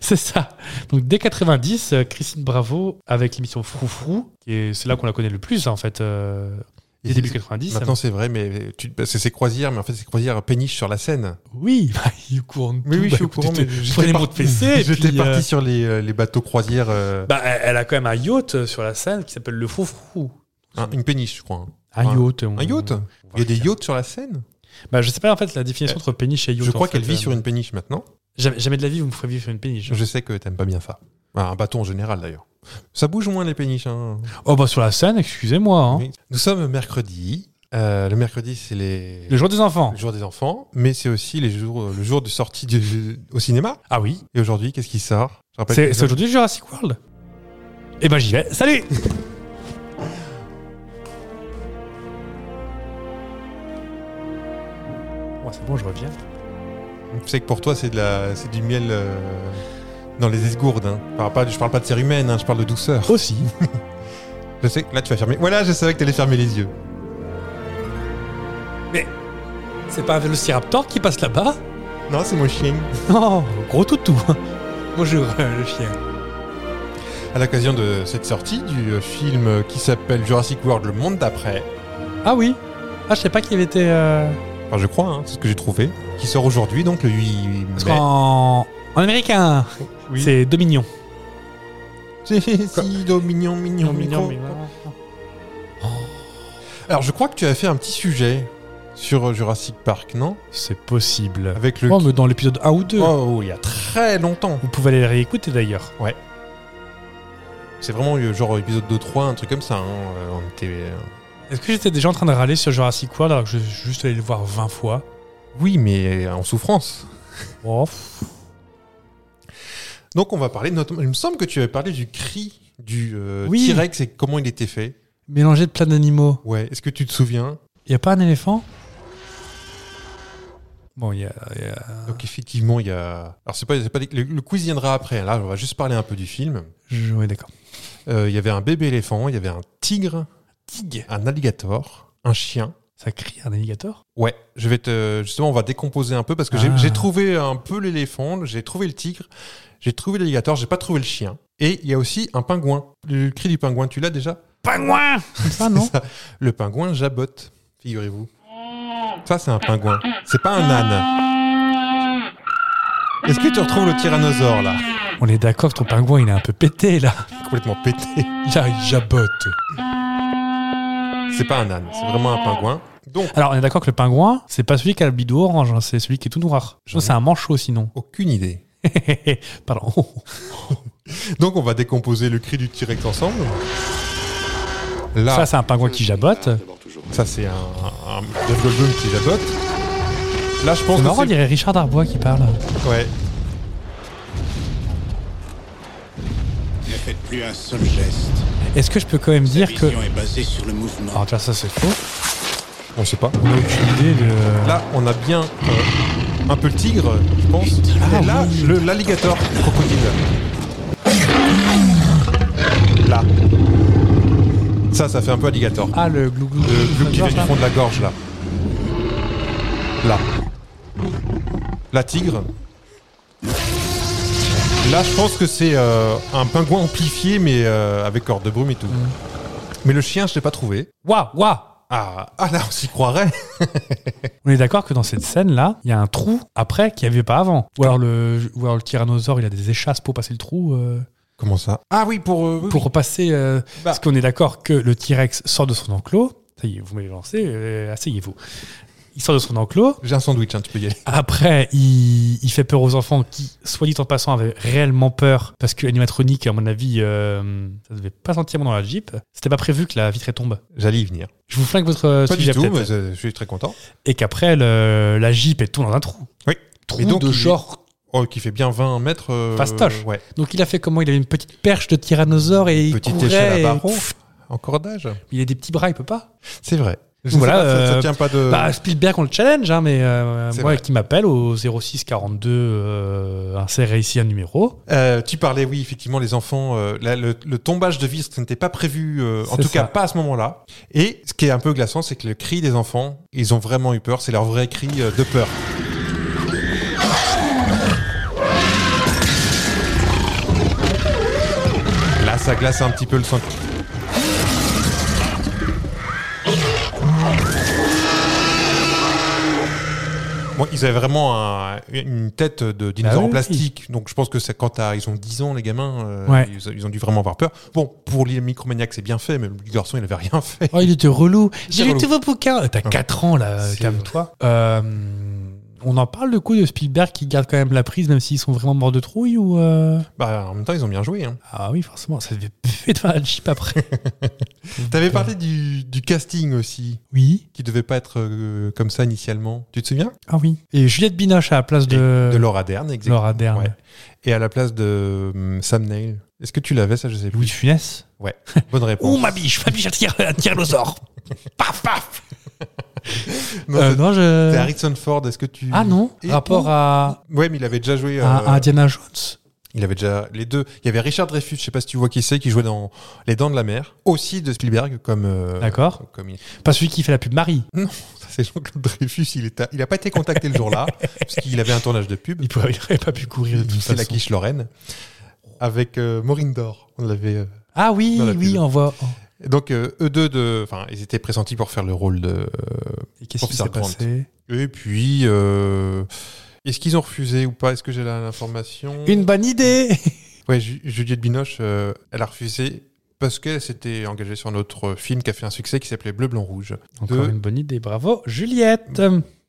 [SPEAKER 4] C'est ça. Donc dès 90, euh, Christine Bravo avec l'émission Froufrou, qui est c'est là qu'on la connaît le plus hein, en fait. euh, dès
[SPEAKER 6] Et
[SPEAKER 4] début
[SPEAKER 6] c'est-
[SPEAKER 4] 90.
[SPEAKER 6] Maintenant, c'est vrai, mais tu- bah, c'est ces croisières, mais en fait, ces croisières péniche sur la Seine.
[SPEAKER 4] Oui, bah, il court
[SPEAKER 6] Oui, oui, je suis au courant. mais
[SPEAKER 4] Bah, Prenez
[SPEAKER 6] par-
[SPEAKER 4] mon PC. et
[SPEAKER 6] J'étais
[SPEAKER 4] puis, euh,
[SPEAKER 6] parti sur les, euh, les bateaux croisières. euh,
[SPEAKER 4] bah, elle elle a quand même un yacht euh, sur la scène qui s'appelle le Froufrou.
[SPEAKER 6] un- une péniche, je crois. hein.
[SPEAKER 4] Un
[SPEAKER 6] Un-
[SPEAKER 4] yacht.
[SPEAKER 6] Un yacht Il y a des yachts sur la Seine
[SPEAKER 4] Bah, je sais pas en fait la définition entre péniche et yacht.
[SPEAKER 6] Je crois
[SPEAKER 4] en fait,
[SPEAKER 6] qu'elle vit
[SPEAKER 4] euh,
[SPEAKER 6] sur une péniche maintenant.
[SPEAKER 4] Jamais, jamais de la vie, vous me ferez vivre sur une péniche.
[SPEAKER 6] Je sais que t'aimes pas bien ça. Ah, Un bateau en général, d'ailleurs. Ça bouge moins les péniches. hein.
[SPEAKER 4] Oh, bah sur la scène, excusez-moi. hein.
[SPEAKER 6] Oui. Nous sommes mercredi. Euh, le mercredi, c'est les...
[SPEAKER 4] Le jour des enfants.
[SPEAKER 6] le jour des enfants, mais c'est aussi les jours, le jour de sortie du- au cinéma.
[SPEAKER 4] Ah oui.
[SPEAKER 6] Et aujourd'hui, qu'est-ce qui sort Je rappelle
[SPEAKER 4] C'est
[SPEAKER 6] que-
[SPEAKER 4] c'est aujourd'hui Jurassic World. Eh ben, j'y vais.
[SPEAKER 6] *laughs*
[SPEAKER 4] Salut Oh, C'est bon, je reviens.
[SPEAKER 6] C'est que pour toi, c'est de la, c'est du miel euh, dans les esgourdes. hein. Je parle pas, je parle pas de cérumen, hein, je parle de douceur.
[SPEAKER 4] Aussi.
[SPEAKER 6] Je sais, là tu vas fermer. Voilà, je savais que t'allais fermer les yeux.
[SPEAKER 4] C'est pas un vélociraptor qui passe là-bas
[SPEAKER 6] Non, c'est mon chien.
[SPEAKER 4] Non, gros toutou. *laughs* Bonjour, euh, le chien.
[SPEAKER 6] À l'occasion de cette sortie du euh, film qui s'appelle Jurassic World Le Monde d'après,
[SPEAKER 4] Ah oui Ah, je sais pas qu'il avait été. euh,
[SPEAKER 6] enfin je crois, hein, c'est ce que j'ai trouvé, qui sort aujourd'hui donc le 8
[SPEAKER 4] Parce
[SPEAKER 6] mai.
[SPEAKER 4] qu'en en américain,
[SPEAKER 6] Oui.
[SPEAKER 4] c'est Dominion.
[SPEAKER 6] C'est si do- mignon, mignon, mignon. Alors je crois que tu as fait un petit sujet sur euh, Jurassic Park, non
[SPEAKER 4] C'est possible.
[SPEAKER 6] Avec le.
[SPEAKER 4] Oh, mais dans l'épisode 1 ou 2.
[SPEAKER 6] Oh, il y a très longtemps.
[SPEAKER 4] Vous pouvez aller le réécouter d'ailleurs.
[SPEAKER 6] C'est vraiment euh, genre épisode 2-3, un truc comme ça. hein, euh, On était. euh,
[SPEAKER 4] Est-ce que j'étais déjà en train de râler sur Jurassic World alors que je suis juste allé le voir 20 fois
[SPEAKER 6] Oui, mais euh, en souffrance.
[SPEAKER 4] Oh, pff.
[SPEAKER 6] Donc on va parler de notre... Il me semble que tu avais parlé du cri du euh,
[SPEAKER 4] Oui.
[SPEAKER 6] T-Rex et comment il était fait.
[SPEAKER 4] Mélangé de plein d'animaux.
[SPEAKER 6] Ouais, est-ce que tu te souviens
[SPEAKER 4] Y a pas un éléphant Bon, y a, y a-
[SPEAKER 6] Donc effectivement, il y a... Alors c'est pas, c'est pas des- le, le quiz viendra après, là on va juste parler un peu du film.
[SPEAKER 4] je- ouais, d'accord.
[SPEAKER 6] Euh, Il y avait un bébé éléphant, il y avait un tigre,
[SPEAKER 4] Tig
[SPEAKER 6] un alligator, un chien.
[SPEAKER 4] Ça crie un alligator
[SPEAKER 6] Ouais, je vais te... Justement, on va décomposer un peu parce que
[SPEAKER 4] Ah.
[SPEAKER 6] j'ai- j'ai trouvé un peu l'éléphant, j'ai trouvé le tigre, j'ai trouvé l'alligator, j'ai pas trouvé le chien. Et il y a aussi un pingouin. Le cri du pingouin, tu l'as déjà
[SPEAKER 4] Pingouin Comme ça, Ah, *laughs* non
[SPEAKER 6] C'est ça. Le pingouin jabote, figurez-vous. Ça, c'est un pingouin. C'est pas un âne. Est-ce que tu retrouves le tyrannosaure, là
[SPEAKER 4] On est d'accord que ton pingouin, il est un peu pété, là.
[SPEAKER 6] Complètement pété.
[SPEAKER 4] Là, il jabote.
[SPEAKER 6] C'est pas un âne, c'est vraiment un pingouin. Donc,
[SPEAKER 4] Alors, on est d'accord que le pingouin, c'est pas celui qui a le bidou orange, hein, c'est celui qui est tout noir. Je pense que c'est un manchot, sinon. *laughs*
[SPEAKER 6] aucune idée.
[SPEAKER 4] Pardon.
[SPEAKER 6] Donc, on va décomposer le cri du T-Rex ensemble. Là,
[SPEAKER 4] Ça,
[SPEAKER 6] ça,
[SPEAKER 4] c'est un pingouin qui jabote.
[SPEAKER 6] c'est un, un un Jeff Goldblum qui jabote. Là, je pense
[SPEAKER 4] C'est
[SPEAKER 6] que
[SPEAKER 4] marrant, on
[SPEAKER 6] c'est...
[SPEAKER 4] dirait Richard Darbois qui parle.
[SPEAKER 6] Ouais.
[SPEAKER 7] Ne faites plus un seul geste.
[SPEAKER 4] Est-ce que je peux quand même
[SPEAKER 7] La
[SPEAKER 4] dire que...
[SPEAKER 7] vision est basée sur le mouvement.
[SPEAKER 4] Alors, tu vois, ça, c'est faux.
[SPEAKER 6] On sait pas.
[SPEAKER 4] On a aucune idée de...
[SPEAKER 6] Là, on a bien euh, un peu le tigre, je pense.
[SPEAKER 4] Ah
[SPEAKER 6] Et là, le- l'alligator, le crocodile. Là. Ça, ça fait un peu alligator.
[SPEAKER 4] Ah, le glouglou.
[SPEAKER 6] Le glou qui vient du
[SPEAKER 4] là.
[SPEAKER 6] fond de la gorge, là. Là. La tigre. Là, je pense que c'est euh, un pingouin amplifié, mais euh, avec corde de brume et tout.
[SPEAKER 4] Mm.
[SPEAKER 6] Mais le chien, je l'ai pas trouvé.
[SPEAKER 4] Waouh, waouh
[SPEAKER 6] Ah, ah là, on s'y croirait.
[SPEAKER 4] On est d'accord que dans cette scène-là, il y a un trou après qu'il n'y avait pas avant. Ou alors, le, ou alors le tyrannosaure, il a des échasses pour passer le trou, euh,
[SPEAKER 6] Comment ça Ah oui, pour... euh, oui,
[SPEAKER 4] pour repasser. euh,
[SPEAKER 6] Bah.
[SPEAKER 4] Parce qu'on est d'accord que le T-Rex sort de son enclos. Ça y est, vous m'avez lancé, euh, asseyez-vous. Il sort de son enclos.
[SPEAKER 6] J'ai un sandwich, hein, tu peux y aller.
[SPEAKER 4] Après, il, il fait peur aux enfants qui, soit dit en passant, avaient réellement peur parce que l'animatronique, à mon avis, euh, ça devait pas sentir bon dans la Jeep. C'était pas prévu que la vitre elle tombe.
[SPEAKER 6] J'allais y venir.
[SPEAKER 4] Je vous flingue votre euh,
[SPEAKER 6] Pas du
[SPEAKER 4] sujet
[SPEAKER 6] tout,
[SPEAKER 4] peut-être.
[SPEAKER 6] mais euh, je suis très content.
[SPEAKER 4] Et qu'après, le- la Jeep elle tourne dans un trou.
[SPEAKER 6] Oui.
[SPEAKER 4] Trou
[SPEAKER 6] Mais donc,
[SPEAKER 4] de
[SPEAKER 6] il est-
[SPEAKER 4] genre
[SPEAKER 6] Oh, qui fait bien 20 mètres. euh,
[SPEAKER 4] Fastoche.
[SPEAKER 6] Ouais.
[SPEAKER 4] Donc il a fait comment Il avait une petite perche de tyrannosaure et il
[SPEAKER 6] Petite
[SPEAKER 4] courait
[SPEAKER 6] échelle à
[SPEAKER 4] et-
[SPEAKER 6] barreaux.
[SPEAKER 4] Pff,
[SPEAKER 6] En cordage.
[SPEAKER 4] Il a des petits bras, il peut pas.
[SPEAKER 6] C'est vrai. Je
[SPEAKER 4] Voilà,
[SPEAKER 6] sais pas, ça- ça,
[SPEAKER 4] euh,
[SPEAKER 6] tient pas de.
[SPEAKER 4] Bah Spielberg on le challenge, hein, mais euh,
[SPEAKER 6] C'est
[SPEAKER 4] moi
[SPEAKER 6] vrai.
[SPEAKER 4] qui m'appelle au 06 42, euh, insérez ici un numéro.
[SPEAKER 6] Euh, tu parlais, oui, effectivement, les enfants. euh, là, le, le tombage de vis, ce n'était pas prévu, euh, en
[SPEAKER 4] C'est
[SPEAKER 6] tout
[SPEAKER 4] ça.
[SPEAKER 6] cas pas à ce moment-là. Et ce qui est un peu glaçant, c'est que le cri des enfants, ils ont vraiment eu peur. C'est leur vrai cri euh, de peur. Là, ça glace un petit peu le sang. Bon, ils avaient vraiment un- une tête de dinosaure
[SPEAKER 4] Bah oui.
[SPEAKER 6] en plastique, donc je pense que c'est quand t'as- ils ont 10 ans, les gamins, euh,
[SPEAKER 4] Ouais.
[SPEAKER 6] ils, ils ont dû vraiment avoir peur. Bon, pour les micromaniacs, c'est bien fait, mais le garçon, il avait rien fait.
[SPEAKER 4] Oh il était relou. J'ai lu
[SPEAKER 6] relou.
[SPEAKER 4] tous vos bouquins. Euh, T'as 4 ans là,
[SPEAKER 6] Ah. C'est
[SPEAKER 4] calme-toi. Euh, on en parle le coup de Spielberg qui garde quand même la prise même s'ils sont vraiment morts de trouille ou... euh
[SPEAKER 6] Bah, en même temps, ils ont bien joué. Hein.
[SPEAKER 4] Ah oui forcément, ça devait *laughs* puffer devant la Jeep
[SPEAKER 6] *laughs*
[SPEAKER 4] après.
[SPEAKER 6] T'avais parlé du, du casting aussi,
[SPEAKER 4] Oui.
[SPEAKER 6] qui devait pas être euh, comme ça initialement. Tu te souviens
[SPEAKER 4] Ah oui. Et Juliette Binoche à la place de...
[SPEAKER 6] De Laura Dern, exactement.
[SPEAKER 4] Laura Dern.
[SPEAKER 6] Ouais. Et à la place de hum, Sam Neill. Est-ce que tu l'avais, ça, je sais
[SPEAKER 4] Louis
[SPEAKER 6] plus.
[SPEAKER 4] de Funès.
[SPEAKER 6] Bonne réponse.
[SPEAKER 4] Ouh, Oh, ma biche, ma biche, elle tire un tyrannosaure. paf, paf.
[SPEAKER 6] *laughs* Non,
[SPEAKER 4] Euh,
[SPEAKER 6] c'est-
[SPEAKER 4] non,
[SPEAKER 6] c'est
[SPEAKER 4] je.
[SPEAKER 6] Harrison Ford, est-ce que tu...
[SPEAKER 4] Ah non,
[SPEAKER 6] Et-
[SPEAKER 4] rapport à, Ah,
[SPEAKER 6] Ouais, mais il avait déjà joué...
[SPEAKER 4] à,
[SPEAKER 6] euh,
[SPEAKER 4] à Indiana Jones.
[SPEAKER 6] Il avait déjà les deux. Il y avait Richard Dreyfus, je sais pas si tu vois qui c'est, qui jouait dans Les Dents de la Mer, aussi de Spielberg, comme. euh,
[SPEAKER 4] D'accord.
[SPEAKER 6] Comme il- *laughs*
[SPEAKER 4] Pas celui qui fait la pub Marie.
[SPEAKER 6] Ça, C'est Jean-Claude Dreyfus, il n'a il a pas été contacté
[SPEAKER 4] *laughs*
[SPEAKER 6] le jour-là, parce qu'il avait un tournage de pub.
[SPEAKER 4] Il n'aurait pas pu courir de toute
[SPEAKER 6] C'est la
[SPEAKER 4] façon.
[SPEAKER 6] quiche Lorraine. Avec euh, Maureen Dor. On l'avait. euh,
[SPEAKER 4] Ah oui,
[SPEAKER 6] Dans la
[SPEAKER 4] oui,
[SPEAKER 6] pub.
[SPEAKER 4] on voit. oh.
[SPEAKER 6] Et Donc euh, eux deux, de, enfin, ils étaient pressentis pour faire le rôle de.
[SPEAKER 4] Et qu'est-ce qui
[SPEAKER 6] Professeur
[SPEAKER 4] s'est
[SPEAKER 6] Grant.
[SPEAKER 4] passé
[SPEAKER 6] Et puis, euh, est-ce qu'ils ont refusé ou pas Est-ce que j'ai la- l'information
[SPEAKER 4] Une bonne idée
[SPEAKER 6] Ouais, Ju- Juliette Binoche, euh, elle a refusé parce qu'elle s'était engagée sur notre film qui a fait un succès qui s'appelait Bleu Blanc Rouge.
[SPEAKER 4] Encore
[SPEAKER 6] Deux.
[SPEAKER 4] une bonne idée, bravo. Juliette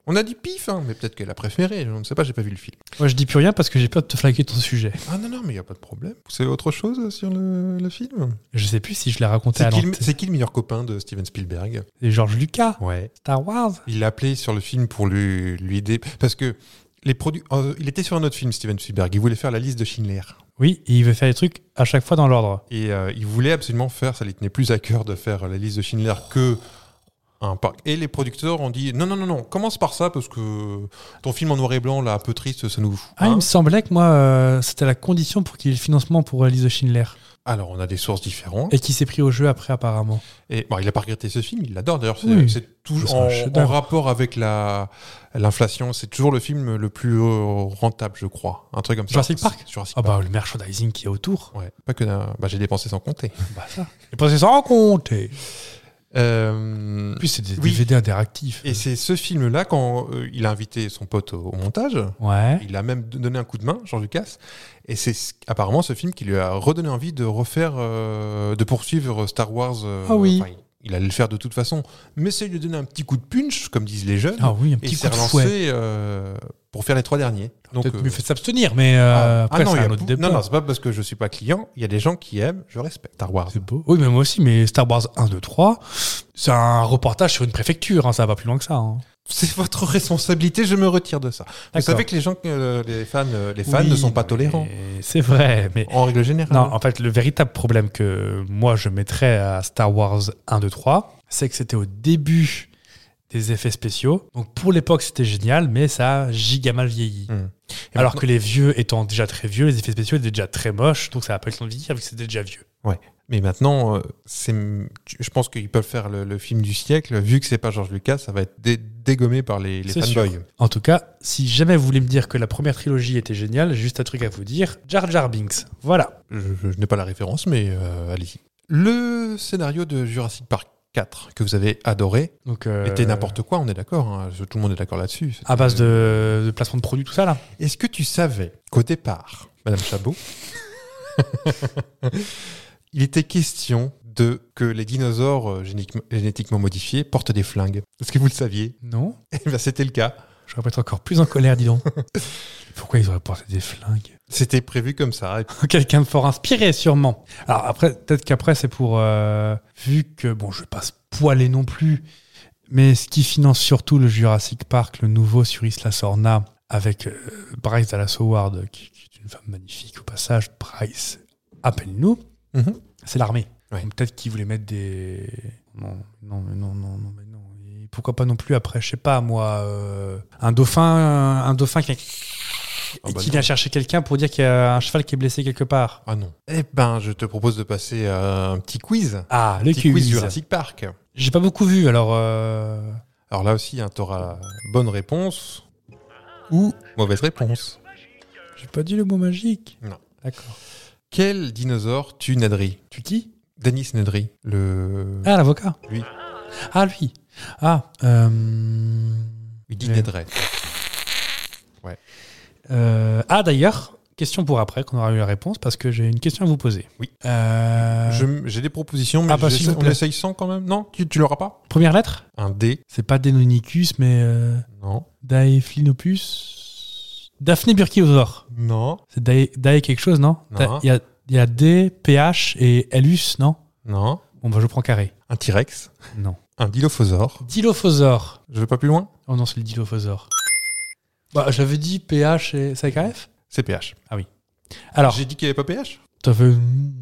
[SPEAKER 6] On a dit pif, hein, mais peut-être qu'elle a préféré. Je ne sais pas, j'ai pas vu le film.
[SPEAKER 4] Moi, je dis plus rien parce que j'ai peur de te flaguer ton sujet.
[SPEAKER 6] Ah non non, mais il y a pas de problème. C'est autre chose euh, sur le, le film.
[SPEAKER 4] Je sais plus si je l'ai raconté
[SPEAKER 6] C'est
[SPEAKER 4] à
[SPEAKER 6] qui, le-
[SPEAKER 4] l'antenne.
[SPEAKER 6] c'est qui le meilleur copain de Steven Spielberg
[SPEAKER 4] C'est Georges Lucas,
[SPEAKER 6] Ouais.
[SPEAKER 4] Star Wars.
[SPEAKER 6] Il l'a appelé sur le film pour lui, lui aider. Parce que les produits. euh, il était sur un autre film, Steven Spielberg. Il voulait faire la liste de Schindler.
[SPEAKER 4] Oui, et il veut faire les trucs à chaque fois dans l'ordre.
[SPEAKER 6] Et euh, il voulait absolument faire, ça lui tenait plus à cœur de faire euh, la liste de Schindler que un parc. Et les producteurs ont dit non, non, non, non, commence par ça parce que ton film en noir et blanc, là, un peu triste, ça nous fout. Hein
[SPEAKER 4] Ah, il me semblait que moi, euh, c'était la condition pour qu'il y ait le financement pour Elise Schindler.
[SPEAKER 6] Alors, on a des sources différentes.
[SPEAKER 4] Et qui s'est pris au jeu après, apparemment.
[SPEAKER 6] Et bon, il a pas regretté ce film, il l'adore. D'ailleurs, c'est
[SPEAKER 4] Oui.
[SPEAKER 6] c'est toujours
[SPEAKER 4] C'est un
[SPEAKER 6] en, en
[SPEAKER 4] chef-d'œuvre.
[SPEAKER 6] rapport avec la l'inflation. C'est toujours le film le plus euh, rentable, je crois. Un truc comme ça.
[SPEAKER 4] Jurassic Park
[SPEAKER 6] Jurassic
[SPEAKER 4] Ah
[SPEAKER 6] Park.
[SPEAKER 4] bah, le merchandising qui est autour.
[SPEAKER 6] Ouais, pas que d'un- bah, j'ai dépensé sans
[SPEAKER 4] *laughs*
[SPEAKER 6] compter.
[SPEAKER 4] Bah ça. Et pas sans compter.
[SPEAKER 6] Euh,
[SPEAKER 4] En plus, c'est des
[SPEAKER 6] Oui.
[SPEAKER 4] DVD interactifs.
[SPEAKER 6] et c'est ce film-là, quand euh, il a invité son pote au, au montage,
[SPEAKER 4] Ouais.
[SPEAKER 6] il a même donné un coup de main, Jean Lucas, et c'est ce- apparemment ce film qui lui a redonné envie de refaire, euh, de poursuivre Star Wars. euh,
[SPEAKER 4] Ah oui.
[SPEAKER 6] enfin, il- il allait le faire de toute façon, mais ça lui a donné un petit coup de punch, comme disent les jeunes,
[SPEAKER 4] Ah oui, un
[SPEAKER 6] et
[SPEAKER 4] petit
[SPEAKER 6] il
[SPEAKER 4] coup
[SPEAKER 6] s'est
[SPEAKER 4] de fouet. Ah,
[SPEAKER 6] relancé euh, pour faire les trois derniers. Donc,
[SPEAKER 4] Peut-être
[SPEAKER 6] euh,
[SPEAKER 4] mieux fait de s'abstenir, mais euh,
[SPEAKER 6] ah,
[SPEAKER 4] après,
[SPEAKER 6] ah non,
[SPEAKER 4] c'est
[SPEAKER 6] il y a
[SPEAKER 4] un autre
[SPEAKER 6] bou-
[SPEAKER 4] débat.
[SPEAKER 6] non, non, c'est pas parce que je suis pas client. Il y a des gens qui aiment, je respecte Star Wars.
[SPEAKER 4] C'est beau. Oui, mais moi aussi, mais Star Wars 1, 2, 3, c'est un reportage sur une préfecture, hein, ça va plus loin que ça. hein.
[SPEAKER 6] C'est votre responsabilité, je me retire de ça. Vous
[SPEAKER 4] D'accord.
[SPEAKER 6] savez que les gens, euh, les fans, euh, les fans
[SPEAKER 4] Oui,
[SPEAKER 6] ne sont pas
[SPEAKER 4] mais
[SPEAKER 6] tolérants Ah
[SPEAKER 4] C'est vrai, mais.
[SPEAKER 6] en règle générale.
[SPEAKER 4] Non, en fait, le véritable problème que moi je mettrais à Star Wars 1, 2, 3, c'est que c'était au début des effets spéciaux. Donc pour l'époque, c'était génial, mais ça a giga mal vieilli.
[SPEAKER 6] Hmm. Et
[SPEAKER 4] Alors
[SPEAKER 6] maintenant-
[SPEAKER 4] que les vieux étant déjà très vieux, les effets spéciaux étaient déjà très moches, donc ça n'a pas eu le temps de vieillir vu que c'était déjà vieux.
[SPEAKER 6] Mais maintenant, euh, c'est, tu- je pense qu'ils peuvent faire le, le film du siècle. Vu que c'est pas George Lucas, ça va être dé- dégommé par les, les
[SPEAKER 4] C'est sûr.
[SPEAKER 6] fanboys.
[SPEAKER 4] En tout cas, si jamais vous voulez me dire que la première trilogie était géniale, j'ai juste un truc à vous dire Jar Jar Binks. Voilà.
[SPEAKER 6] Je, je- je n'ai pas la référence, mais euh, allez-y. Le scénario de Jurassic Park 4 que vous avez adoré
[SPEAKER 4] Donc, euh, Ah, bah,
[SPEAKER 6] était n'importe quoi, on est d'accord. hein, je- tout le monde est d'accord là-dessus.
[SPEAKER 4] À base de, de placement de produits, tout ça là.
[SPEAKER 6] Est-ce que tu savais qu'au départ, Madame Chabot, *laughs* il était question de que les dinosaures euh, géniquement- génétiquement modifiés portent des flingues Est-ce que vous le saviez
[SPEAKER 4] Non.
[SPEAKER 6] Eh ben, C'était le cas.
[SPEAKER 4] Je vais être encore plus en colère, dis donc. Pourquoi ils auraient porté des flingues *laughs*
[SPEAKER 6] C'était prévu comme ça. Et-
[SPEAKER 4] Quelqu'un de fort inspiré, sûrement. Alors après, peut-être qu'après, c'est pour... euh, vu que, bon, je passe poiler non plus, mais ce qui finance surtout le Jurassic Park, le nouveau sur Isla Sorna, avec euh, Bryce Dallas Howard, qui, qui est une femme magnifique au passage. Bryce, appelle-nous.
[SPEAKER 6] Mhm.
[SPEAKER 4] C'est l'armée.
[SPEAKER 6] Ouais.
[SPEAKER 4] Donc Peut-être qu'ils voulaient mettre des... Non, non, mais non, non, non, mais non. Et pourquoi pas non plus après, je sais pas moi, euh, un dauphin, un dauphin qui a
[SPEAKER 6] Ah
[SPEAKER 4] et
[SPEAKER 6] bah
[SPEAKER 4] qui
[SPEAKER 6] non.
[SPEAKER 4] vient chercher quelqu'un pour dire qu'il y a un cheval qui est blessé quelque part.
[SPEAKER 6] Ah non. Eh ben, je te propose de passer à un petit quiz.
[SPEAKER 4] Ah, le
[SPEAKER 6] petit quiz,
[SPEAKER 4] quiz.
[SPEAKER 6] Jurassic Park.
[SPEAKER 4] J'ai pas beaucoup vu, alors... euh,
[SPEAKER 6] Alors là aussi, hein, t'auras bonne réponse ou mauvaise réponse.
[SPEAKER 4] J'ai pas dit le mot magique.
[SPEAKER 6] Non.
[SPEAKER 4] D'accord.
[SPEAKER 6] Quel dinosaure tue Nedry
[SPEAKER 4] Tu qui
[SPEAKER 6] Denis Nedry, le...
[SPEAKER 4] Ah, l'avocat.
[SPEAKER 6] Lui.
[SPEAKER 4] Ah, lui. Ah, euh...
[SPEAKER 6] Il dit
[SPEAKER 4] Ouais.
[SPEAKER 6] Nedry.
[SPEAKER 4] euh, Ah, d'ailleurs, question pour après, qu'on aura eu la réponse, parce que j'ai une question à vous poser.
[SPEAKER 6] Oui.
[SPEAKER 4] Euh,
[SPEAKER 6] Je- J'ai des propositions, mais
[SPEAKER 4] Ah bah,
[SPEAKER 6] j'essaie-
[SPEAKER 4] s'il vous
[SPEAKER 6] on
[SPEAKER 4] plaît.
[SPEAKER 6] essaye sans quand même. Non, tu, tu l'auras pas
[SPEAKER 4] Première lettre
[SPEAKER 6] Un D.
[SPEAKER 4] C'est pas Deinonychus, mais... Euh...
[SPEAKER 6] Non.
[SPEAKER 4] Daephlynopus Daphné Burkiosaur.
[SPEAKER 6] Non.
[SPEAKER 4] C'est Dae, Dae quelque chose, non
[SPEAKER 6] Non.
[SPEAKER 4] Da- Il y a, il y a D, PH et Elus, non
[SPEAKER 6] Non.
[SPEAKER 4] Bon, bah, je prends carré.
[SPEAKER 6] Un T-Rex.
[SPEAKER 4] Non.
[SPEAKER 6] Un Dilophosaure.
[SPEAKER 4] Dilophosaure.
[SPEAKER 6] Je vais pas plus loin
[SPEAKER 4] Oh non, c'est le Dilophosaure. Bah, j'avais dit PH et CKF
[SPEAKER 6] C'est PH.
[SPEAKER 4] Alors,
[SPEAKER 6] J'ai dit qu'il n'y avait pas PH
[SPEAKER 4] t'as fait. hmm,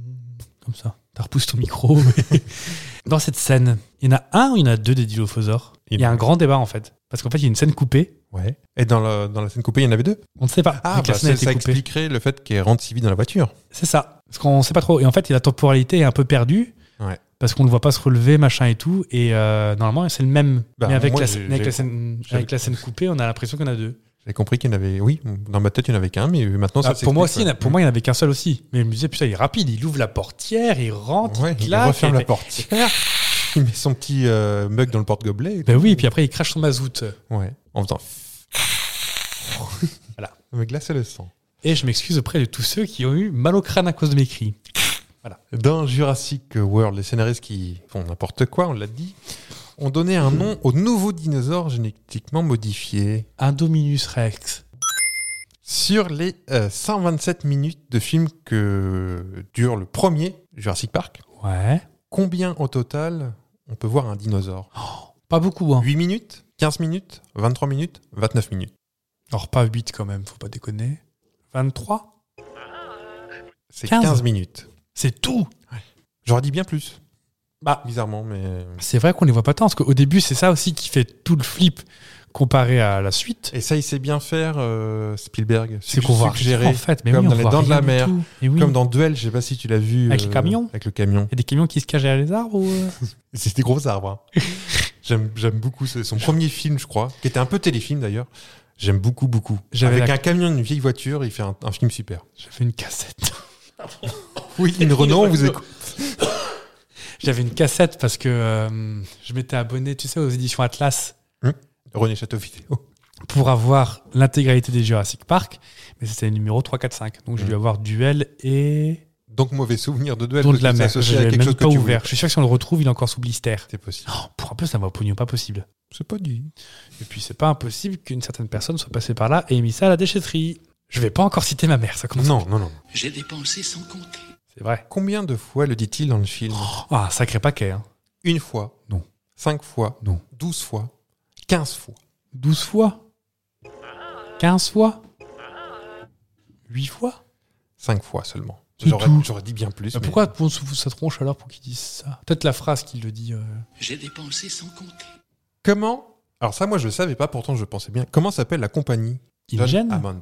[SPEAKER 4] Comme ça. T'as repoussé ton micro. mais- *laughs* Dans cette scène, il y en a un ou il y en a deux des Dilophosaures
[SPEAKER 6] Il-
[SPEAKER 4] Il y a un grand débat, en fait. Parce qu'en fait, il y a une scène coupée
[SPEAKER 6] Ouais. Et dans la, dans la scène coupée, il y en avait deux.
[SPEAKER 4] On ne sait pas.
[SPEAKER 6] Ah,
[SPEAKER 4] Vu que
[SPEAKER 6] bah,
[SPEAKER 4] la
[SPEAKER 6] ça,
[SPEAKER 4] scène a été
[SPEAKER 6] ça
[SPEAKER 4] coupée.
[SPEAKER 6] expliquerait le fait qu'elle rentre si vite dans la voiture.
[SPEAKER 4] C'est ça. Parce qu'on ne sait pas trop. Et en fait, la temporalité est un peu perdue.
[SPEAKER 6] Ouais.
[SPEAKER 4] Parce qu'on ne le voit pas se relever, machin et tout. Et euh, normalement, c'est le même.
[SPEAKER 6] Bah,
[SPEAKER 4] Mais avec,
[SPEAKER 6] moi,
[SPEAKER 4] la,
[SPEAKER 6] j'ai-
[SPEAKER 4] avec,
[SPEAKER 6] j'ai-
[SPEAKER 4] la scène,
[SPEAKER 6] j'avais-
[SPEAKER 4] avec la scène coupée, on a l'impression qu'on a deux.
[SPEAKER 6] J'ai compris qu'il y en avait. Oui, dans ma tête, il n'y en avait qu'un, mais maintenant,
[SPEAKER 4] Ah,
[SPEAKER 6] ça
[SPEAKER 4] pour moi aussi, il y
[SPEAKER 6] s'explique,
[SPEAKER 4] en
[SPEAKER 6] ouais.
[SPEAKER 4] a- pour moi, il n'y en avait qu'un seul aussi. Mais je me disais, putain, il est rapide. Il ouvre la portière, il rentre,
[SPEAKER 6] Ouais,
[SPEAKER 4] il
[SPEAKER 6] il
[SPEAKER 4] claque.
[SPEAKER 6] referme
[SPEAKER 4] et- ben *laughs*
[SPEAKER 6] la portière. Il met son petit euh, mug dans le porte-gobelet.
[SPEAKER 4] Ben oui, et puis après, il crache son mazout.
[SPEAKER 6] Ouais. En faisant.
[SPEAKER 4] *laughs*
[SPEAKER 6] *laughs*
[SPEAKER 4] Voilà.
[SPEAKER 6] Ça me glaçait le sang.
[SPEAKER 4] Et je m'excuse auprès de tous ceux qui ont eu mal au crâne à cause de mes cris.
[SPEAKER 6] Dans Jurassic World, les scénaristes qui font n'importe quoi, on l'a dit, ont donné un nom au nouveau dinosaure génétiquement modifié.
[SPEAKER 4] Un Dominus Rex.
[SPEAKER 6] Sur les euh, 127 minutes de film que dure le premier Jurassic Park,
[SPEAKER 4] Ouais.
[SPEAKER 6] combien au total on peut voir un dinosaure
[SPEAKER 4] Pas beaucoup, hein.
[SPEAKER 6] 8 minutes 15 minutes 23 minutes 29 minutes
[SPEAKER 4] Alors, pas 8 quand même, faut pas déconner. 23
[SPEAKER 6] C'est
[SPEAKER 4] 15.
[SPEAKER 6] 15, minutes.
[SPEAKER 4] C'est tout
[SPEAKER 6] J'aurais dit bien plus.
[SPEAKER 4] Bah.
[SPEAKER 6] Bizarrement, mais.
[SPEAKER 4] C'est vrai qu'on les voit pas tant, parce qu'au début, c'est ça aussi qui fait tout le flip comparé à la suite.
[SPEAKER 6] Et ça, il sait bien faire, euh, Spielberg.
[SPEAKER 4] Ah, C'est qu'on voit
[SPEAKER 6] Suggérer,
[SPEAKER 4] rien, en fait, mais oui,
[SPEAKER 6] comme
[SPEAKER 4] on
[SPEAKER 6] dans Les
[SPEAKER 4] voit
[SPEAKER 6] Dents de la
[SPEAKER 4] rien du
[SPEAKER 6] Mer,
[SPEAKER 4] tout. Et oui.
[SPEAKER 6] Comme dans Duel, je sais pas si tu l'as vu. euh,
[SPEAKER 4] Avec le camion
[SPEAKER 6] Avec le camion.
[SPEAKER 4] Il y a des camions qui se cachent derrière les arbres ou... euh
[SPEAKER 6] C'est des gros arbres.
[SPEAKER 4] *laughs*
[SPEAKER 6] hein. J'aime j'aime beaucoup. C'est son premier film, je crois, qui était un peu téléfilm d'ailleurs. J'aime beaucoup, beaucoup.
[SPEAKER 4] J'avais
[SPEAKER 6] Avec
[SPEAKER 4] la-
[SPEAKER 6] un camion, une vieille voiture, il fait un, un film super.
[SPEAKER 4] J'avais une cassette.
[SPEAKER 6] Oui, une Renault,
[SPEAKER 4] *laughs*
[SPEAKER 6] on vous écoute.
[SPEAKER 4] J'avais une cassette parce que euh, je m'étais abonné, tu sais, aux éditions Atlas
[SPEAKER 6] René Château Vidéo.
[SPEAKER 4] pour avoir l'intégralité des Jurassic Park, mais c'était le numéro 3, 4, 5. Donc j'ai
[SPEAKER 6] Mm.
[SPEAKER 4] dû avoir Duel et...
[SPEAKER 6] Donc, mauvais souvenir de Duel.
[SPEAKER 4] Don
[SPEAKER 6] parce
[SPEAKER 4] de la
[SPEAKER 6] que c'est
[SPEAKER 4] mer.
[SPEAKER 6] associé
[SPEAKER 4] Je
[SPEAKER 6] à
[SPEAKER 4] l'ai
[SPEAKER 6] quelque
[SPEAKER 4] même
[SPEAKER 6] chose que
[SPEAKER 4] pas
[SPEAKER 6] tu
[SPEAKER 4] ouvert.
[SPEAKER 6] voulais.
[SPEAKER 4] Je suis sûr que si on le retrouve, il est encore sous blister.
[SPEAKER 6] C'est possible.
[SPEAKER 4] Oh, pour un peu, ça va au pognon, pas possible.
[SPEAKER 6] C'est pas dit.
[SPEAKER 4] Et puis, c'est pas impossible qu'une certaine personne soit passée par là et ait mis ça à la déchetterie. Je vais pas encore citer ma mère, ça commence.
[SPEAKER 6] Non, non, non.
[SPEAKER 7] J'ai dépensé sans compter.
[SPEAKER 4] C'est vrai.
[SPEAKER 6] Combien de fois le dit-il dans le film
[SPEAKER 4] Ah, un sacré paquet. Hein.
[SPEAKER 6] Une fois
[SPEAKER 4] Non.
[SPEAKER 6] Cinq fois
[SPEAKER 4] Non.
[SPEAKER 6] Douze fois Quinze fois
[SPEAKER 4] 12 fois 15 fois 8 fois
[SPEAKER 6] Cinq fois seulement.
[SPEAKER 4] C'est
[SPEAKER 6] J'aurais
[SPEAKER 4] tout.
[SPEAKER 6] j'aurais dit bien plus.
[SPEAKER 4] Bah,
[SPEAKER 6] mais-
[SPEAKER 4] Pourquoi on se fout de sa tronche alors pour qu'il dise ça Peut-être la phrase qu'il le dit. euh,
[SPEAKER 7] J'ai dépensé sans compter.
[SPEAKER 6] Comment Alors ça, moi, je le savais pas, pourtant, je pensais bien. Comment s'appelle la compagnie
[SPEAKER 4] Il me gêne
[SPEAKER 6] Hammond.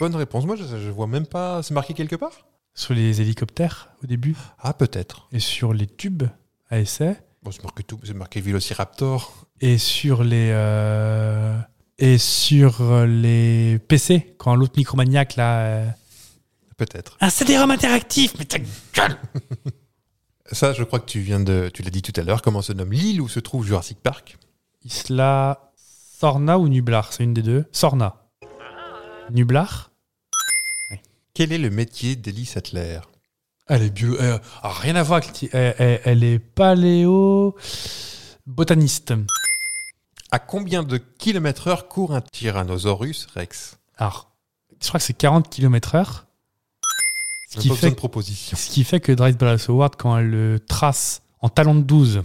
[SPEAKER 6] Bonne réponse. Moi, je, je vois même pas. C'est marqué quelque part
[SPEAKER 4] sur les hélicoptères au début
[SPEAKER 6] Ah, peut-être.
[SPEAKER 4] et sur les tubes à essai.
[SPEAKER 6] Bon, c'est marqué tout. C'est marqué Velociraptor.
[SPEAKER 4] et sur les euh, et sur euh, les PC quand l'autre micromaniaque là euh,
[SPEAKER 6] Peut-être.
[SPEAKER 4] un CD-ROM interactif mais ta gueule
[SPEAKER 6] *laughs* Ça, je crois que tu viens de. Tu l'as dit tout à l'heure. Comment se nomme l'île où se trouve Jurassic Park
[SPEAKER 4] Isla Sorna ou Nublar c'est une des deux Sorna Nublar
[SPEAKER 6] Quel est le métier d'Ellie Sattler
[SPEAKER 4] elle est bio euh, ah, rien à voir avec le ti- elle, elle- elle est paléo botaniste
[SPEAKER 6] À combien de kilomètres heure court un Tyrannosaurus Rex
[SPEAKER 4] alors je crois que c'est 40 km/h ce
[SPEAKER 6] Même
[SPEAKER 4] qui
[SPEAKER 6] pas besoin
[SPEAKER 4] fait
[SPEAKER 6] de proposition.
[SPEAKER 4] Ce qui fait que Drive Ballas Howard, quand elle le trace en talon de 12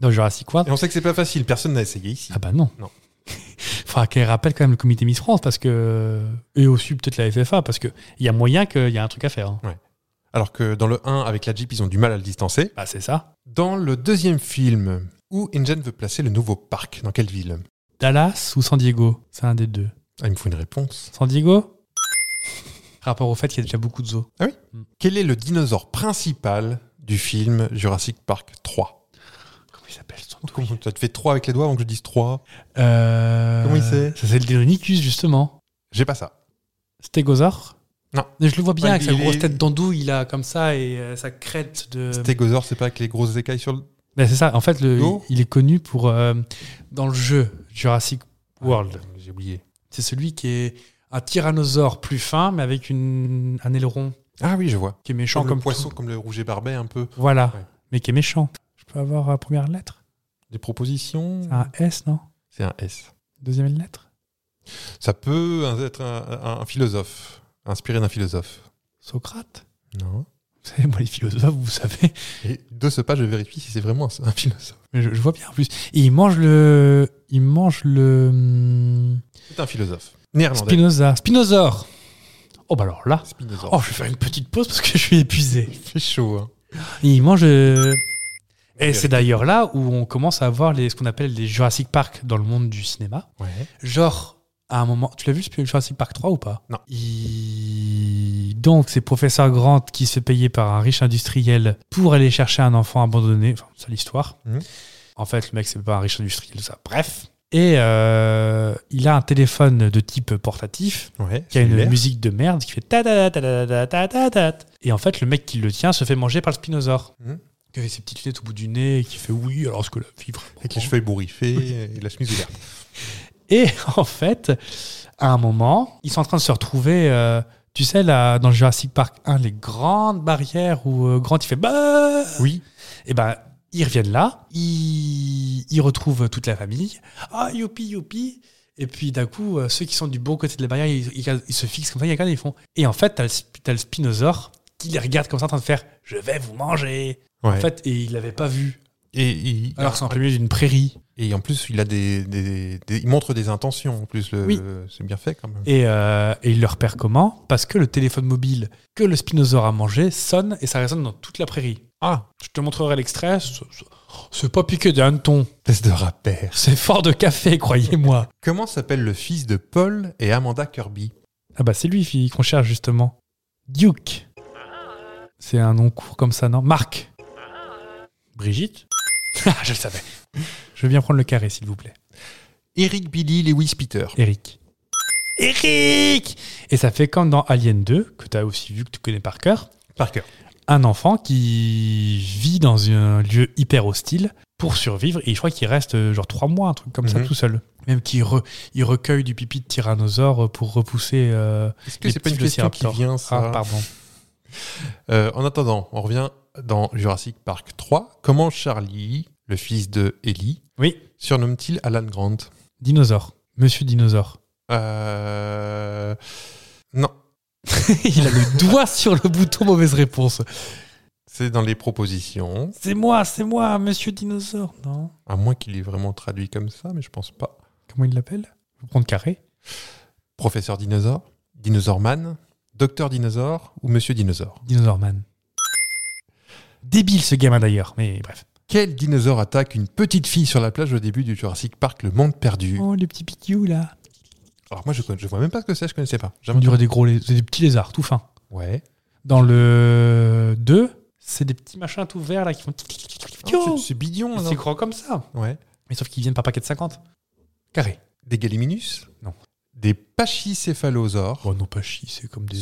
[SPEAKER 4] dans Jurassic World,
[SPEAKER 6] Et on sait que c'est pas facile, personne n'a essayé ici.
[SPEAKER 4] ah bah non.
[SPEAKER 6] Non.
[SPEAKER 4] *laughs* Faudra qu'elle rappelle quand même le comité Miss France, parce que. Et aussi peut-être la FFA, parce qu'il y a moyen qu'il y a un truc à faire. hein.
[SPEAKER 6] Alors que dans le 1, avec la Jeep, ils ont du mal à le distancer.
[SPEAKER 4] Bah c'est ça.
[SPEAKER 6] Dans le deuxième film, où Ingen veut placer le nouveau parc Dans quelle ville
[SPEAKER 4] Dallas ou San Diego C'est un des deux.
[SPEAKER 6] Ah, il me faut une réponse.
[SPEAKER 4] San Diego *laughs* Rapport au fait qu'il y a déjà beaucoup de zoos.
[SPEAKER 6] Quel est le dinosaure principal du film Jurassic Park 3
[SPEAKER 4] Comment il s'appelle son
[SPEAKER 6] Comment- Ça te fait 3 avec les doigts avant que je dise 3
[SPEAKER 4] Euh,
[SPEAKER 6] Comment il sait
[SPEAKER 4] Ça c'est le Deinonychus, justement.
[SPEAKER 6] J'ai pas ça.
[SPEAKER 4] Stégosaure
[SPEAKER 6] Non.
[SPEAKER 4] Mais je le vois bien
[SPEAKER 6] Ouais,
[SPEAKER 4] avec sa
[SPEAKER 6] il
[SPEAKER 4] grosse
[SPEAKER 6] est-
[SPEAKER 4] tête d'andouille, il a comme ça, et euh, sa crête de.
[SPEAKER 6] Stégosaure, c'est pas avec les grosses écailles sur le...
[SPEAKER 4] Ben, c'est ça. En fait, le-
[SPEAKER 6] Non.
[SPEAKER 4] il est connu pour euh, dans le jeu Jurassic World.
[SPEAKER 6] J'ai oublié.
[SPEAKER 4] C'est celui qui est un tyrannosaure plus fin, mais avec une, un aileron
[SPEAKER 6] Ah oui, je vois.
[SPEAKER 4] qui est méchant
[SPEAKER 6] Comme,
[SPEAKER 4] comme,
[SPEAKER 6] le poisson,
[SPEAKER 4] tout.
[SPEAKER 6] comme le rouget barbet un peu.
[SPEAKER 4] Voilà,
[SPEAKER 6] Ouais.
[SPEAKER 4] mais qui est méchant. Je peux avoir la première lettre
[SPEAKER 6] Des propositions
[SPEAKER 4] Un S, non
[SPEAKER 6] C'est un S.
[SPEAKER 4] Deuxième lettre
[SPEAKER 6] Ça peut être un- un- un philosophe, inspiré d'un philosophe.
[SPEAKER 4] Socrate
[SPEAKER 6] Non.
[SPEAKER 4] Vous savez, moi, les philosophes, vous savez.
[SPEAKER 6] Et de ce pas, je vérifie si c'est vraiment un, un philosophe.
[SPEAKER 4] Mais je, je vois bien en plus. Et il mange le. Il mange le. hum,
[SPEAKER 6] C'est un philosophe. Néerlandais.
[SPEAKER 4] Spinoza. Spinosaure Oh, bah alors là.
[SPEAKER 6] Spinosaurus.
[SPEAKER 4] Oh, je vais faire une petite pause parce que je suis épuisé.
[SPEAKER 6] il fait chaud. hein.
[SPEAKER 4] Et il mange. euh, Et c'est d'ailleurs là où on commence à avoir les, ce qu'on appelle les Jurassic Park dans le monde du cinéma.
[SPEAKER 6] Ouais.
[SPEAKER 4] Genre, à un moment, tu l'as vu ce Jurassic Park 3 ou pas
[SPEAKER 6] Non.
[SPEAKER 4] Il- Donc, c'est Professeur Grant qui se fait payer par un riche industriel pour aller chercher un enfant abandonné. Enfin, c'est l'histoire.
[SPEAKER 6] Mhm.
[SPEAKER 4] En fait, le mec, c'est pas un riche industriel, ça. Bref. Et euh, il a un téléphone de type portatif
[SPEAKER 6] Ouais.
[SPEAKER 4] qui a une
[SPEAKER 6] cellulaire.
[SPEAKER 4] musique de merde qui fait ta ta ta ta ta ta ta ta ta. Et en fait, le mec qui le tient se fait manger par le spinosaure.
[SPEAKER 6] Mhm.
[SPEAKER 4] Qui avait ses petites lunettes au bout du nez et qui fait oui, alors ce que la vie vraiment-
[SPEAKER 6] Avec les cheveux ébouriffés et la chemise ouverte.
[SPEAKER 4] Et *laughs* en fait, à un moment, ils sont en train de se retrouver. euh, tu sais, là, dans Jurassic Park 1, les grandes barrières où euh, Grant il fait bah
[SPEAKER 6] Oui.
[SPEAKER 4] Et ben, ils reviennent là, ils, ils retrouvent toute la famille. Ah, youpi, youpi. Et puis d'un coup, euh, ceux qui sont du bon côté de la barrière, ils, ils- ils se fixent comme ça, ils regardent, ils font. Et en fait, t'as le, sp- t'as le spinosaure qui les regarde comme ça en train de faire Je vais vous manger.
[SPEAKER 6] Ouais.
[SPEAKER 4] En fait, et il l'avait pas vu.
[SPEAKER 6] et, il-
[SPEAKER 4] Alors que c'est en plein milieu d'une prairie.
[SPEAKER 6] et en plus, il a des, des- des- il montre des intentions. En plus, le-
[SPEAKER 4] Oui.
[SPEAKER 6] c'est bien fait quand même.
[SPEAKER 4] Et, euh, et il le repère comment Parce que le téléphone mobile que le spinosaure a mangé sonne et ça résonne dans toute la prairie. Ah, je te montrerai l'extrait. C'est- c'est- C'est pas piqué d'un ton.
[SPEAKER 6] Espèce de rappel.
[SPEAKER 4] C'est fort de café, croyez-moi.
[SPEAKER 6] Comment s'appelle le fils de Paul et Amanda Kirby
[SPEAKER 4] Ah bah c'est lui fille, qu'on cherche justement. Duke. C'est un nom court comme ça, non Marc. Brigitte *laughs* Ah, je le savais. Je viens prendre le carré, s'il vous plaît.
[SPEAKER 6] Eric Billy Lewis Peter.
[SPEAKER 4] Eric. Eric Et ça fait comme dans Alien 2, que tu as aussi vu, que tu connais par cœur,
[SPEAKER 6] Parker.
[SPEAKER 4] un enfant qui vit dans un lieu hyper hostile pour survivre, et je crois qu'il reste euh, genre trois mois, un truc comme
[SPEAKER 6] Mhm.
[SPEAKER 4] ça, tout seul. Même qu'il re- il recueille du pipi de tyrannosaure pour repousser... euh,
[SPEAKER 6] Est-ce que
[SPEAKER 4] les
[SPEAKER 6] c'est pas une
[SPEAKER 4] petits
[SPEAKER 6] question qui
[SPEAKER 4] velociraptors.
[SPEAKER 6] vient ça
[SPEAKER 4] Ah, pardon.
[SPEAKER 6] Euh, En attendant, on revient dans Jurassic Park 3. Comment Charlie, le fils de Ellie,
[SPEAKER 4] Oui,
[SPEAKER 6] surnomme-t-il Alan Grant
[SPEAKER 4] dinosaure. Monsieur dinosaure.
[SPEAKER 6] Euh... Non,
[SPEAKER 4] *laughs* Il a le doigt sur le bouton mauvaise réponse.
[SPEAKER 6] c'est dans les propositions.
[SPEAKER 4] C'est moi, c'est moi, monsieur dinosaure. Non.
[SPEAKER 6] À moins qu'il ait vraiment traduit comme ça, mais je pense pas.
[SPEAKER 4] Comment il l'appelle Vous prendre carré
[SPEAKER 6] Professeur Dinosaure, Dinosaur Man, Docteur Dinosaure ou Monsieur Dinosaure
[SPEAKER 4] Dinosaur man. Débile ce gamin d'ailleurs, mais bref.
[SPEAKER 6] Quel dinosaure attaque une petite fille sur la plage au début du Jurassic Park, le monde perdu
[SPEAKER 4] Oh, les petits piquiou là.
[SPEAKER 6] Alors moi, je, conna- je vois même pas ce que c'est, je connaissais pas.
[SPEAKER 4] On
[SPEAKER 6] Jamais...
[SPEAKER 4] dirait des gros, lé- c'est des petits lézards, tout fins.
[SPEAKER 6] Ouais.
[SPEAKER 4] Dans le 2, c'est des petits machins tout verts là qui font.
[SPEAKER 6] Oh, c'est- c'est bidon,
[SPEAKER 4] C'est grand comme ça.
[SPEAKER 6] Ouais.
[SPEAKER 4] Mais sauf qu'ils viennent par paquet de 50. Carré.
[SPEAKER 6] Des Galiminus
[SPEAKER 4] Non.
[SPEAKER 6] Des pachycéphalosaures.
[SPEAKER 4] non, pas chi, c'est comme des.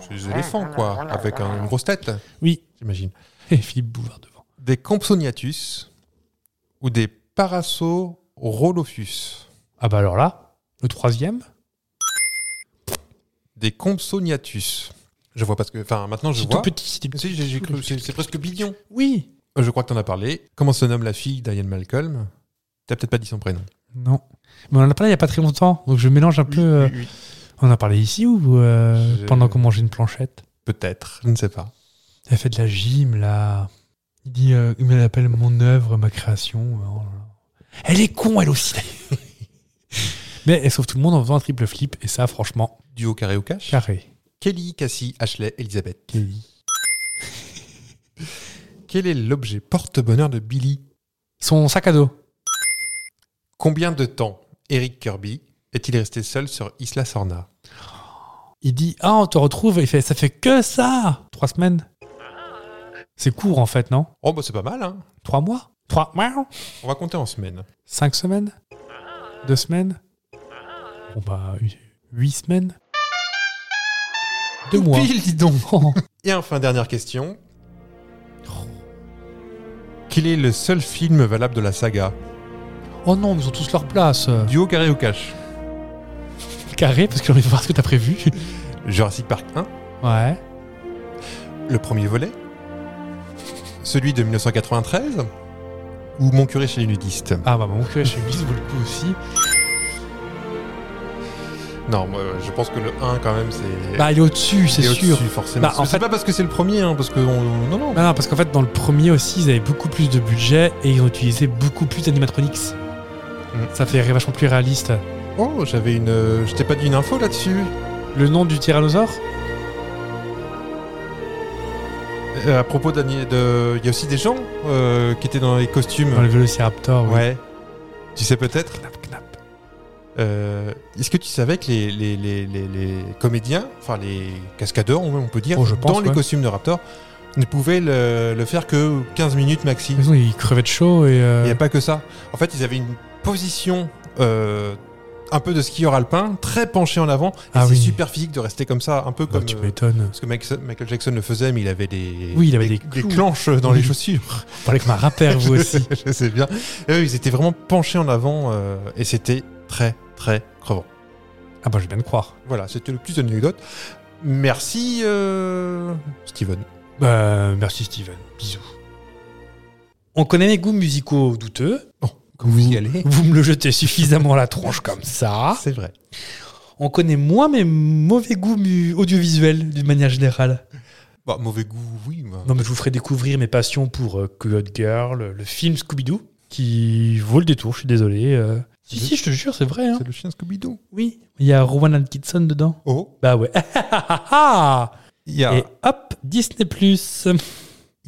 [SPEAKER 6] C'est Des éléphants, quoi, avec un- une grosse tête,
[SPEAKER 4] Oui, *laughs*
[SPEAKER 6] j'imagine.
[SPEAKER 4] et Philippe Bouvard devant.
[SPEAKER 6] Des Compsognathus ou des Parasaurolophus
[SPEAKER 4] Ah bah alors là, le troisième.
[SPEAKER 6] Des Compsognathus. Je vois pas ce que... Enfin, maintenant, je
[SPEAKER 4] C'est
[SPEAKER 6] vois.
[SPEAKER 4] tout petit, c'est des petits-
[SPEAKER 6] Si, j'ai j'ai cru. C'est c'est presque bidon.
[SPEAKER 4] Oui.
[SPEAKER 6] Euh, Je crois que t'en as parlé. Comment se nomme la fille d'Ian Malcolm T'as peut-être pas dit son prénom.
[SPEAKER 4] Non. Mais on en a parlé il n'y a pas très longtemps, donc je mélange un peu. euh, On en a parlé ici ou euh,
[SPEAKER 6] Je-
[SPEAKER 4] pendant qu'on mangeait une planchette
[SPEAKER 6] Peut-être, je ne sais pas.
[SPEAKER 4] Elle fait de la gym, là. Il dit, euh, mais elle appelle mon œuvre, ma création. Oh là là. Elle est con, elle aussi. *laughs* d'ailleurs. mais elle sauve tout le monde en faisant un triple flip, et ça, franchement,
[SPEAKER 6] Duo carré au cash
[SPEAKER 4] carré.
[SPEAKER 6] Kelly, Cassie, Ashley, Elisabeth. *laughs* Quel est l'objet porte-bonheur de Billy
[SPEAKER 4] Son sac à dos.
[SPEAKER 6] Combien de temps Eric Kirby est-il resté seul sur Isla Sorna
[SPEAKER 4] Il dit, ah, on te retrouve, et il fait, ça fait que ça Trois semaines C'est court, en fait, non
[SPEAKER 6] Oh, bah c'est pas mal, hein
[SPEAKER 4] Trois mois Trois mois
[SPEAKER 6] On va compter en semaines.
[SPEAKER 4] Cinq semaines Deux semaines Bon bah, hu- huit semaines Deux
[SPEAKER 6] Tout
[SPEAKER 4] mois
[SPEAKER 6] pile, dis donc
[SPEAKER 4] Oh.
[SPEAKER 6] Et enfin, dernière question. Quel est le seul film valable de la saga
[SPEAKER 4] *laughs* Oh non, mais ils ont tous leur place
[SPEAKER 6] Duo carré au cash
[SPEAKER 4] Carré, parce que j'ai envie de voir ce que t'as prévu.
[SPEAKER 6] Jurassic Park 1
[SPEAKER 4] Ouais.
[SPEAKER 6] Le premier volet Celui de 1993 Ou Mon curé chez les nudistes
[SPEAKER 4] Ah bah, mon cœur, je suis vaut le coup aussi.
[SPEAKER 6] Non, moi, je pense que le 1, quand même, c'est...
[SPEAKER 4] Bah, il est au-dessus, c'est
[SPEAKER 6] il est
[SPEAKER 4] sûr.
[SPEAKER 6] au-dessus, forcément.
[SPEAKER 4] Bah, en
[SPEAKER 6] C'est
[SPEAKER 4] fait- Bah-
[SPEAKER 6] pas parce que c'est le premier, hein, parce que... on- Non, non.
[SPEAKER 4] Non, non, parce qu'en fait, dans le premier aussi, ils avaient beaucoup plus de budget et ils ont utilisé beaucoup plus d'animatronics.
[SPEAKER 6] Mm.
[SPEAKER 4] Ça fait vachement plus réaliste.
[SPEAKER 6] Oh, j'avais une... euh, Je t'ai pas dit une info là-dessus
[SPEAKER 4] Le nom du tyrannosaure
[SPEAKER 6] Euh, à propos d'Annie- de, il y a aussi des gens euh, qui étaient dans les costumes.
[SPEAKER 4] Dans le Vélociraptor, oui.
[SPEAKER 6] Ouais. Tu sais peut-être. Euh, Est-ce que tu savais que les, les, les, les- les comédiens, enfin les cascadeurs, on peut dire,
[SPEAKER 4] Oh, je pense,
[SPEAKER 6] dans les
[SPEAKER 4] ouais.
[SPEAKER 6] costumes de Raptor, ne pouvaient le, le faire que 15 minutes maxi.
[SPEAKER 4] De toute façon, ils crevaient de chaud et. euh,
[SPEAKER 6] Il n'y a pas que ça. En fait, ils avaient une position euh, un peu de skieur alpin, très penchée en avant. Et
[SPEAKER 4] Ah
[SPEAKER 6] c'est
[SPEAKER 4] oui.
[SPEAKER 6] super physique de rester comme ça, un peu
[SPEAKER 4] oh,
[SPEAKER 6] comme.
[SPEAKER 4] tu
[SPEAKER 6] euh,
[SPEAKER 4] m'étonnes.
[SPEAKER 6] parce que Max- Michael Jackson le faisait, mais il avait des,
[SPEAKER 4] Oui, il avait des clous.
[SPEAKER 6] clanches dans les
[SPEAKER 4] Oui. *laughs*
[SPEAKER 6] chaussures.
[SPEAKER 4] Vous parlez comme un rappeur, vous *laughs* aussi.
[SPEAKER 6] *laughs* Je sais bien. Et eux, ils étaient vraiment penchés en avant euh, et c'était très, très crevant.
[SPEAKER 4] Ah bah, je viens de croire.
[SPEAKER 6] Voilà, c'était le plus anecdote. Merci, euh, Steven.
[SPEAKER 4] Bah, merci Steven. Bisous. On connaît mes goûts musicaux douteux.
[SPEAKER 6] Comme vous y allez.
[SPEAKER 4] Vous me le jetez suffisamment à la tronche comme ça.
[SPEAKER 6] C'est vrai.
[SPEAKER 4] On connaît moins mes mauvais goûts mu- audiovisuels d'une manière générale.
[SPEAKER 6] Bah, mauvais goût, oui. bah.
[SPEAKER 4] Non, mais je vous ferai découvrir mes passions pour euh, Good Girl, le film Scooby-Doo, qui vaut le détour, je suis désolé. euh. Si, si, je te jure, c'est vrai. hein.
[SPEAKER 6] C'est le chien Scooby-Doo.
[SPEAKER 4] Oui, il y a Rowan Atkinson dedans.
[SPEAKER 6] Oh,
[SPEAKER 4] Bah *laughs* ouais. Ah.
[SPEAKER 6] il y a.
[SPEAKER 4] Et hop, Disney+.
[SPEAKER 6] Il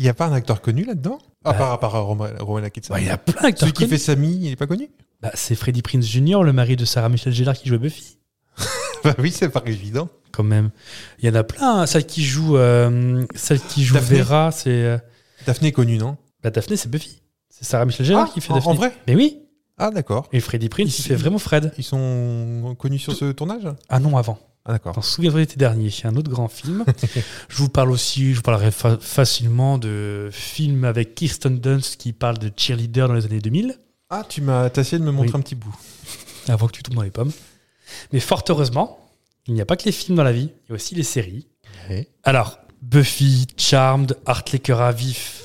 [SPEAKER 6] n'y a pas un acteur connu là-dedans À
[SPEAKER 4] Bah.
[SPEAKER 6] part, à part euh, Roman, Rowan Atkinson.
[SPEAKER 4] Bah, il y a plein d'acteurs
[SPEAKER 6] Celui qui
[SPEAKER 4] connus.
[SPEAKER 6] fait Samy, il n'est
[SPEAKER 4] *laughs*
[SPEAKER 6] pas connu
[SPEAKER 4] Bah, c'est Freddie Prince Jr., le mari de Sarah Michelle Gellar qui jouait Buffy.
[SPEAKER 6] Bah oui, c'est pas évident.
[SPEAKER 4] quand même. Il y en a plein. hein. Celle qui joue, euh, celle qui joue
[SPEAKER 6] Daphné.
[SPEAKER 4] Vera, c'est euh,
[SPEAKER 6] Daphné est connu, non
[SPEAKER 4] bah, Daphné, c'est Buffy. C'est Sarah Michel Gellar
[SPEAKER 6] Ah,
[SPEAKER 4] qui fait
[SPEAKER 6] en,
[SPEAKER 4] Daphné.
[SPEAKER 6] en vrai
[SPEAKER 4] Mais oui.
[SPEAKER 6] Ah, d'accord.
[SPEAKER 4] Et Freddy Prince,
[SPEAKER 6] Ici.
[SPEAKER 4] il fait vraiment Fred.
[SPEAKER 6] Ils sont connus sur ce tournage
[SPEAKER 4] Ah non, avant.
[SPEAKER 6] Ah, d'accord.
[SPEAKER 4] Enfin, souviendrez l'été dernier, c'est un autre grand
[SPEAKER 6] *laughs*
[SPEAKER 4] film. je vous parle aussi, je vous parlerai fa- facilement de films avec Kirsten Dunst qui parle de cheerleader dans les années 2000,
[SPEAKER 6] Ah, tu m'as t'as essayé de me montrer
[SPEAKER 4] Oui.
[SPEAKER 6] un petit bout.
[SPEAKER 4] avant que tu tombes dans les pommes. Mais fort heureusement, il n'y a pas que les films dans la vie, il y a aussi les séries.
[SPEAKER 6] Ouais.
[SPEAKER 4] Alors, Buffy, Charmed, Heartlaker à
[SPEAKER 6] *laughs*
[SPEAKER 4] vif.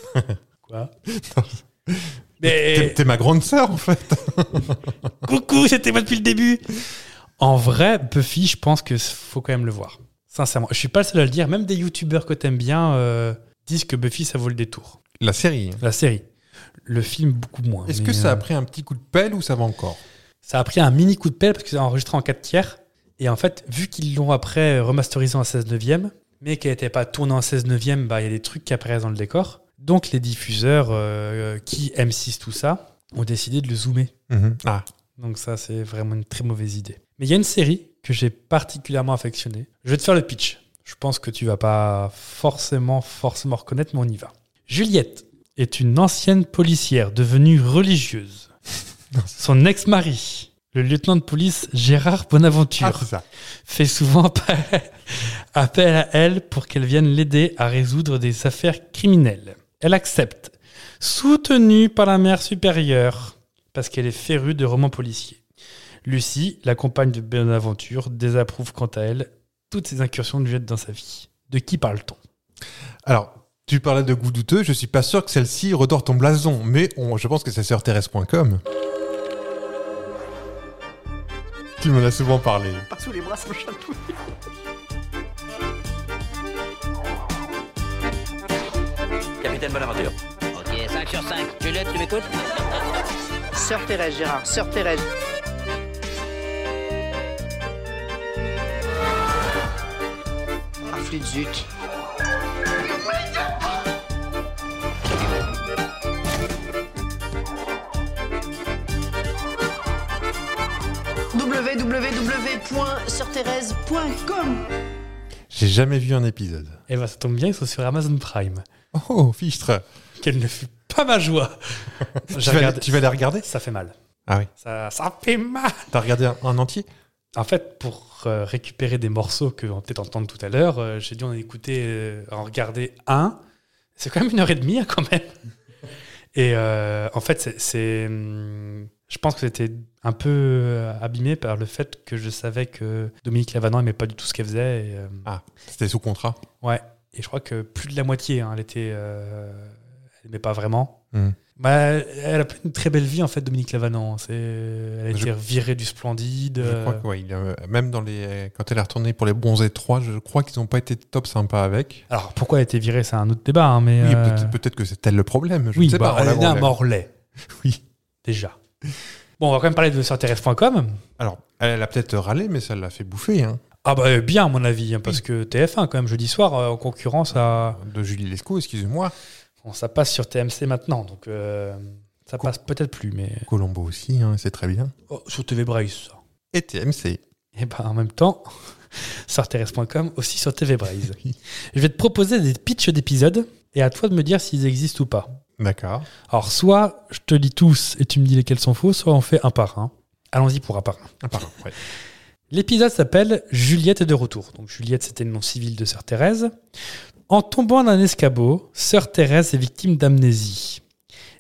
[SPEAKER 4] Quoi
[SPEAKER 6] T'es
[SPEAKER 4] Mais
[SPEAKER 6] t'es ma grande sœur, en fait.
[SPEAKER 4] coucou, c'était moi depuis le début. En vrai, Buffy, je pense que faut quand même le voir. Sincèrement, je suis pas le seul à le dire. Même des youtubeurs que t'aimes bien euh, disent que Buffy, ça vaut le détour.
[SPEAKER 6] La série.
[SPEAKER 4] La série. Le film, beaucoup moins.
[SPEAKER 6] Est-ce
[SPEAKER 4] Mais,
[SPEAKER 6] que ça a
[SPEAKER 4] euh,
[SPEAKER 6] pris un petit coup de pelle ou ça va encore
[SPEAKER 4] ça a pris un mini coup de pelle parce que c'est enregistré en 4 tiers. Et en fait, vu qu'ils l'ont après remasterisé en 16 neuvième, mais qu'elle n'était pas tournée en 16 neuvième, bah, il y a des trucs qui apparaissent dans le décor. Donc les diffuseurs euh, qui M6 tout ça ont décidé de le zoomer.
[SPEAKER 6] Mhm. Ah,
[SPEAKER 4] Donc ça, c'est vraiment une très mauvaise idée. Mais il y a une série que j'ai particulièrement affectionnée. Je vais te faire le pitch. Je pense que tu vas pas forcément, forcément reconnaître, mais on y va. Juliette est une ancienne policière devenue religieuse. Son ex-mari, le lieutenant de police Gérard Bonaventure,
[SPEAKER 6] Ah, c'est ça.
[SPEAKER 4] fait souvent *laughs* appel- appel à elle pour qu'elle vienne l'aider à résoudre des affaires criminelles. Elle accepte, soutenue par la mère supérieure, parce qu'elle est férue de romans policiers. Lucie, la compagne de Bonaventure, désapprouve quant à elle toutes ces incursions de Juliette dans sa vie. De qui parle-t-on
[SPEAKER 6] Alors, tu parlais de goût douteux. Je suis pas sûr que celle-ci redore ton blason, mais on- je pense que c'est sur Thérèse.com. Tu me l'as souvent parlé.
[SPEAKER 8] Capitaine Bonaventure. Ok, 5 sur 5. Juliette, tu m'écoutes
[SPEAKER 9] Sœur Thérèse, Gérard, Sœur Thérèse. Ah, flûte zut. www.sœurthérèse.com
[SPEAKER 6] J'ai jamais vu un épisode.
[SPEAKER 4] Eh ben, ça tombe bien, ils sont sur Amazon Prime.
[SPEAKER 6] Oh, fichtre
[SPEAKER 4] Quelle ne fut pas ma
[SPEAKER 6] *laughs*
[SPEAKER 4] joie
[SPEAKER 6] tu
[SPEAKER 4] J'ai
[SPEAKER 6] vas,
[SPEAKER 4] regardé-
[SPEAKER 6] tu vas les regarder
[SPEAKER 4] Ça fait mal.
[SPEAKER 6] Ah oui.
[SPEAKER 4] Ça, ça fait mal
[SPEAKER 6] T'as regardé un, un entier
[SPEAKER 4] En fait, pour euh, récupérer des morceaux que on va peut-être entendre tout à l'heure, euh, j'ai dû en écouter, euh, en regarder un. C'est quand même une heure et demie, hein, quand
[SPEAKER 6] *laughs*
[SPEAKER 4] même. Et euh, en fait, c'est- c'est, hum, je pense que c'était un peu euh, abîmé par le fait que je savais que Dominique Lavanant aimait pas du tout ce qu'elle faisait. Et, euh,
[SPEAKER 6] C'était sous contrat.
[SPEAKER 4] ouais. Et je crois que plus de la moitié, hein, elle était, euh, elle aimait pas vraiment.
[SPEAKER 6] Hmm.
[SPEAKER 4] Bah, elle a pris une très belle vie en fait, Dominique Lavanant. C'est, elle a
[SPEAKER 6] Je-
[SPEAKER 4] été virée du Splendide.
[SPEAKER 6] Je crois que, ouais, il, euh, même dans les, quand elle est retournée pour les bronzés 3, je crois qu'ils n'ont pas été top sympas avec.
[SPEAKER 4] Alors pourquoi elle a été virée, c'est un autre débat. hein, mais
[SPEAKER 6] Oui,
[SPEAKER 4] euh,
[SPEAKER 6] peut-être- peut-être que c'est elle le problème. Je
[SPEAKER 4] oui,
[SPEAKER 6] ne sais
[SPEAKER 4] bah,
[SPEAKER 6] pas. on
[SPEAKER 4] elle
[SPEAKER 6] l'a-
[SPEAKER 4] est née
[SPEAKER 6] on
[SPEAKER 4] à *laughs*
[SPEAKER 6] l'a-
[SPEAKER 4] Morlaix.
[SPEAKER 6] Oui.
[SPEAKER 4] Déjà. Bon, on va quand même parler de surterrestre.com.
[SPEAKER 6] Alors, elle, elle a peut-être râlé, mais ça l'a fait bouffer. hein.
[SPEAKER 4] Ah bah euh, bien à mon avis, hein, parce que TF1 quand même jeudi soir euh, en concurrence à...
[SPEAKER 6] De Julie Lescaut, excusez-moi.
[SPEAKER 4] Bon, ça passe sur TMC maintenant, donc euh, ça passe peut-être plus, mais...
[SPEAKER 6] Colombo aussi, hein, c'est très bien.
[SPEAKER 4] Oh, sur TV Braise, ça.
[SPEAKER 6] Et TMC.
[SPEAKER 4] Et ben en même temps, *laughs* sur TRS.com, aussi sur TV
[SPEAKER 6] *laughs*
[SPEAKER 4] Braise. Je vais te proposer des pitchs d'épisodes, et à toi de me dire s'ils existent ou pas.
[SPEAKER 6] D'accord.
[SPEAKER 4] Alors soit je te lis tous et tu me dis lesquels sont faux, soit on fait un par un. Allons-y pour un par un.
[SPEAKER 6] Ah, pardon, ouais.
[SPEAKER 4] L'épisode s'appelle Juliette est de retour. Donc Juliette, c'était le nom civil de Sœur Thérèse. En tombant d'un escabeau, Sœur Thérèse est victime d'amnésie.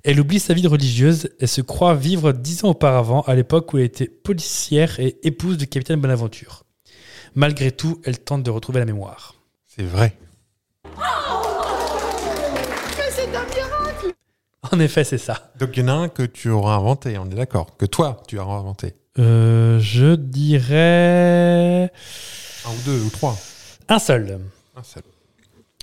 [SPEAKER 4] Elle oublie sa vie religieuse et se croit vivre dix ans auparavant, à l'époque où elle était policière et épouse du capitaine Bonaventure. Malgré tout, elle tente de retrouver la mémoire.
[SPEAKER 6] C'est vrai.
[SPEAKER 4] En effet, c'est ça.
[SPEAKER 6] Donc il y en a un que tu auras inventé, on est d'accord. Que toi, tu as inventé.
[SPEAKER 4] Euh, je dirais
[SPEAKER 6] Un ou deux ou trois.
[SPEAKER 4] un seul.
[SPEAKER 6] Un seul.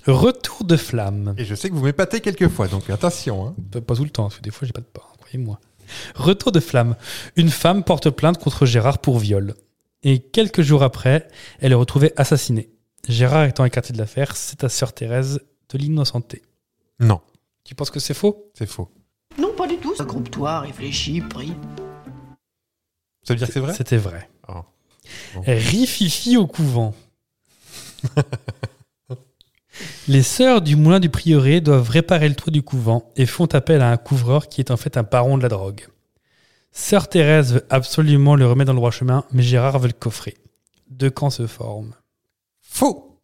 [SPEAKER 4] Retour de flamme.
[SPEAKER 6] Et je sais que vous m'épatez quelquefois, donc attention. hein.
[SPEAKER 4] Pas- pas tout le temps, parce que des fois j'ai pas de pain, croyez-moi. Retour de flamme. Une femme porte plainte contre Gérard pour viol. Et quelques jours après, elle est retrouvée assassinée. Gérard étant écarté de l'affaire, c'est ta sœur Thérèse de l'innocenté.
[SPEAKER 6] Non,
[SPEAKER 4] Tu penses que c'est faux
[SPEAKER 6] c'est faux.
[SPEAKER 9] Non, pas du tout. Regroupe-toi, réfléchis, prie.
[SPEAKER 6] Ça veut dire que c'est vrai
[SPEAKER 4] C'était vrai.
[SPEAKER 6] Ah. Bon.
[SPEAKER 4] Rififi au couvent. *laughs* Les sœurs du moulin du prieuré doivent réparer le toit du couvent et font appel à un couvreur qui est en fait un baron de la drogue. Sœur Thérèse veut absolument le remettre dans le droit chemin, mais Gérard veut le coffrer. Deux camps se forment.
[SPEAKER 6] Faux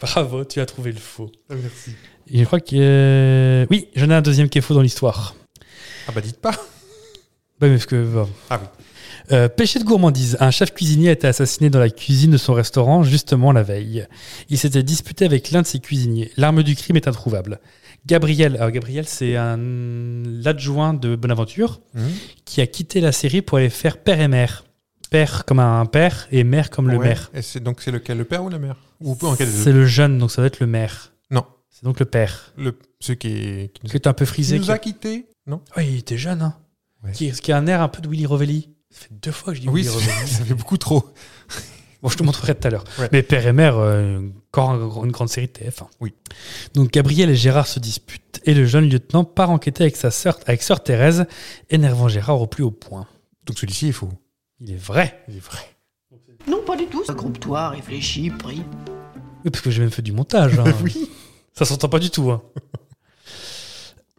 [SPEAKER 4] Bravo, tu as trouvé le faux.
[SPEAKER 6] Merci.
[SPEAKER 4] Et je crois que. euh, Oui, j'en ai un deuxième qui est faux dans l'histoire.
[SPEAKER 6] Ah bah dites pas
[SPEAKER 4] Bah, mais parce que. bah.
[SPEAKER 6] Ah oui.
[SPEAKER 4] Euh, péché de gourmandise. Un chef cuisinier a été assassiné dans la cuisine de son restaurant justement la veille. Il s'était disputé avec l'un de ses cuisiniers. L'arme du crime est introuvable. Gabriel, alors Gabriel, c'est un l'adjoint de Bonaventure
[SPEAKER 6] Mhm.
[SPEAKER 4] qui a quitté la série pour aller faire père et mère. Père comme un père et mère comme le
[SPEAKER 6] Ouais.
[SPEAKER 4] maire.
[SPEAKER 6] Et c'est donc c'est lequel le père ou la mère Ou peu en quel
[SPEAKER 4] C'est le jeune, donc ça doit être le maire.
[SPEAKER 6] Non.
[SPEAKER 4] C'est donc le père.
[SPEAKER 6] le ce qui est qui nous,
[SPEAKER 4] Qui est un peu
[SPEAKER 6] qui
[SPEAKER 4] frisé.
[SPEAKER 6] nous
[SPEAKER 4] qui-
[SPEAKER 6] a quittés Non
[SPEAKER 4] Ouais, il était jeune, hein.
[SPEAKER 6] Ouais.
[SPEAKER 4] Qui, ce qui a un air un peu de Willy Revelli. Ça fait deux fois que je dis
[SPEAKER 6] Oui,
[SPEAKER 4] Willy
[SPEAKER 6] ça
[SPEAKER 4] Revelli.
[SPEAKER 6] fait, *laughs* ça fait beaucoup trop.
[SPEAKER 4] Bon, je te montrerai tout à l'heure.
[SPEAKER 6] Ouais.
[SPEAKER 4] Mais Père et Mère, euh, encore un- une grande série de TF1.
[SPEAKER 6] Oui.
[SPEAKER 4] Donc Gabriel et Gérard se disputent et le jeune lieutenant part enquêter avec sa sœur, avec sœur Thérèse, énervant Gérard au plus haut point.
[SPEAKER 6] Donc celui-ci est faux.
[SPEAKER 4] Il est vrai.
[SPEAKER 6] Il est vrai.
[SPEAKER 9] Non, pas du tout. Regroupe-toi, réfléchis, prie.
[SPEAKER 4] Oui, parce que j'ai même fait du montage. hein.
[SPEAKER 6] *laughs* oui.
[SPEAKER 4] Ça s'entend pas du tout. hein.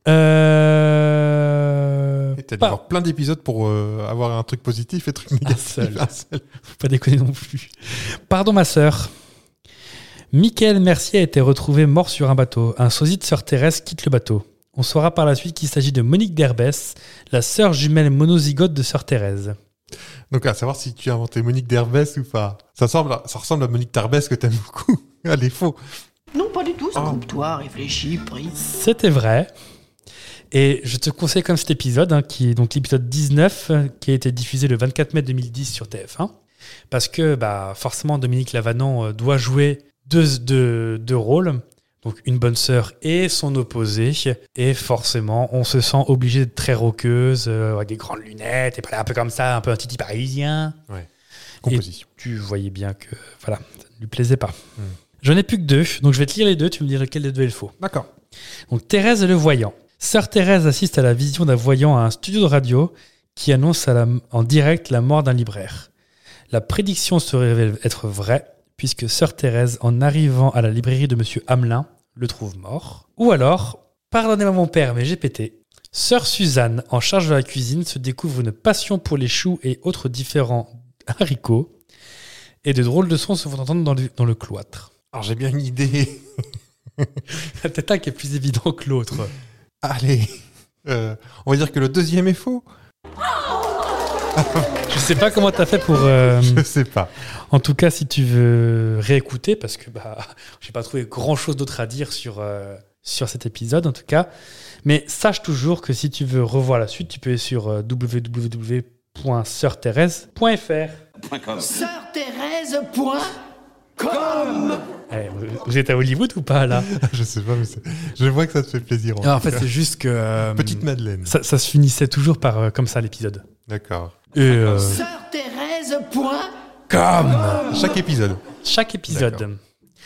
[SPEAKER 4] Euh...
[SPEAKER 6] Et t'as dû
[SPEAKER 4] Pas,
[SPEAKER 6] avoir plein d'épisodes pour euh, avoir un truc positif et truc négatif.
[SPEAKER 4] seul.
[SPEAKER 6] Un seul.
[SPEAKER 4] faut pas déconner non plus. Pardon ma sœur. Michael Mercier a été retrouvé mort sur un bateau. Un sosie de sœur Thérèse quitte le bateau. On saura par la suite qu'il s'agit de Monique Derbès, la sœur jumelle monozygote de sœur Thérèse.
[SPEAKER 6] Donc à savoir si tu as inventé Monique Derbès ou pas. Ça ressemble à, ça ressemble à Monique Derbès que t'aimes beaucoup. *laughs* Elle est faux.
[SPEAKER 9] Non, pas du tout. Regroupe-toi, réfléchis, prie.
[SPEAKER 4] C'était vrai. Et je te conseille comme cet épisode, hein, qui est donc l'épisode 19, euh, qui a été diffusé le 24 mai 2010 sur TF1. Parce que bah, forcément, Dominique Lavanant euh, doit jouer deux, deux, deux rôles. Donc une bonne sœur et son opposé. Et forcément, on se sent obligé d'être très roqueuse, euh, avec des grandes lunettes, et parler un peu comme ça, un peu un titi parisien
[SPEAKER 6] Composition.
[SPEAKER 4] tu voyais bien que voilà, ça ne lui plaisait pas.
[SPEAKER 6] Hmm.
[SPEAKER 4] J'en ai plus que deux, donc je vais te lire les deux, tu me diras lequel des deux est le faux.
[SPEAKER 6] D'accord.
[SPEAKER 4] Donc Thérèse et le voyant. Sœur Thérèse assiste à la vision d'un voyant à un studio de radio qui annonce à la- en direct la mort d'un libraire. La prédiction se révèle être vraie, puisque Sœur Thérèse, en arrivant à la librairie de Monsieur Hamelin, le trouve mort. Ou alors, pardonnez-moi mon père, mais j'ai pété. Sœur Suzanne, en charge de la cuisine, se découvre une passion pour les choux et autres différents haricots, et de drôles de sons se font entendre dans le- dans le cloître.
[SPEAKER 6] Alors j'ai bien
[SPEAKER 4] *laughs*
[SPEAKER 6] une idée.
[SPEAKER 4] Il y en a Peut-être un qui est plus évident que l'autre.
[SPEAKER 6] Allez. Euh, on va dire que le deuxième est faux.
[SPEAKER 4] Je sais pas comment t'as fait pour. euh,
[SPEAKER 6] Je sais pas. *laughs*
[SPEAKER 4] en tout cas, si tu veux réécouter, parce que bah, j'ai pas trouvé grand chose d'autre à dire sur, euh, sur cet épisode, en tout cas. Mais sache toujours que si tu veux revoir la suite, tu peux aller sur euh, www.sœurthérèse.fr.
[SPEAKER 9] Sœur Thérèse, point
[SPEAKER 4] Eh, vous- vous êtes à Hollywood ou pas là
[SPEAKER 6] je sais pas, mais c'est- je vois que ça te fait plaisir.
[SPEAKER 4] Non, Ah, En
[SPEAKER 6] tout
[SPEAKER 4] fait,
[SPEAKER 6] cas.
[SPEAKER 4] c'est juste que euh,
[SPEAKER 6] Petite Madeleine.
[SPEAKER 4] ça, ça se finissait toujours par euh, comme ça l'épisode.
[SPEAKER 6] D'accord.
[SPEAKER 4] Et, euh,
[SPEAKER 9] Sœur Thérèse, point.
[SPEAKER 6] Chaque épisode.
[SPEAKER 4] chaque épisode.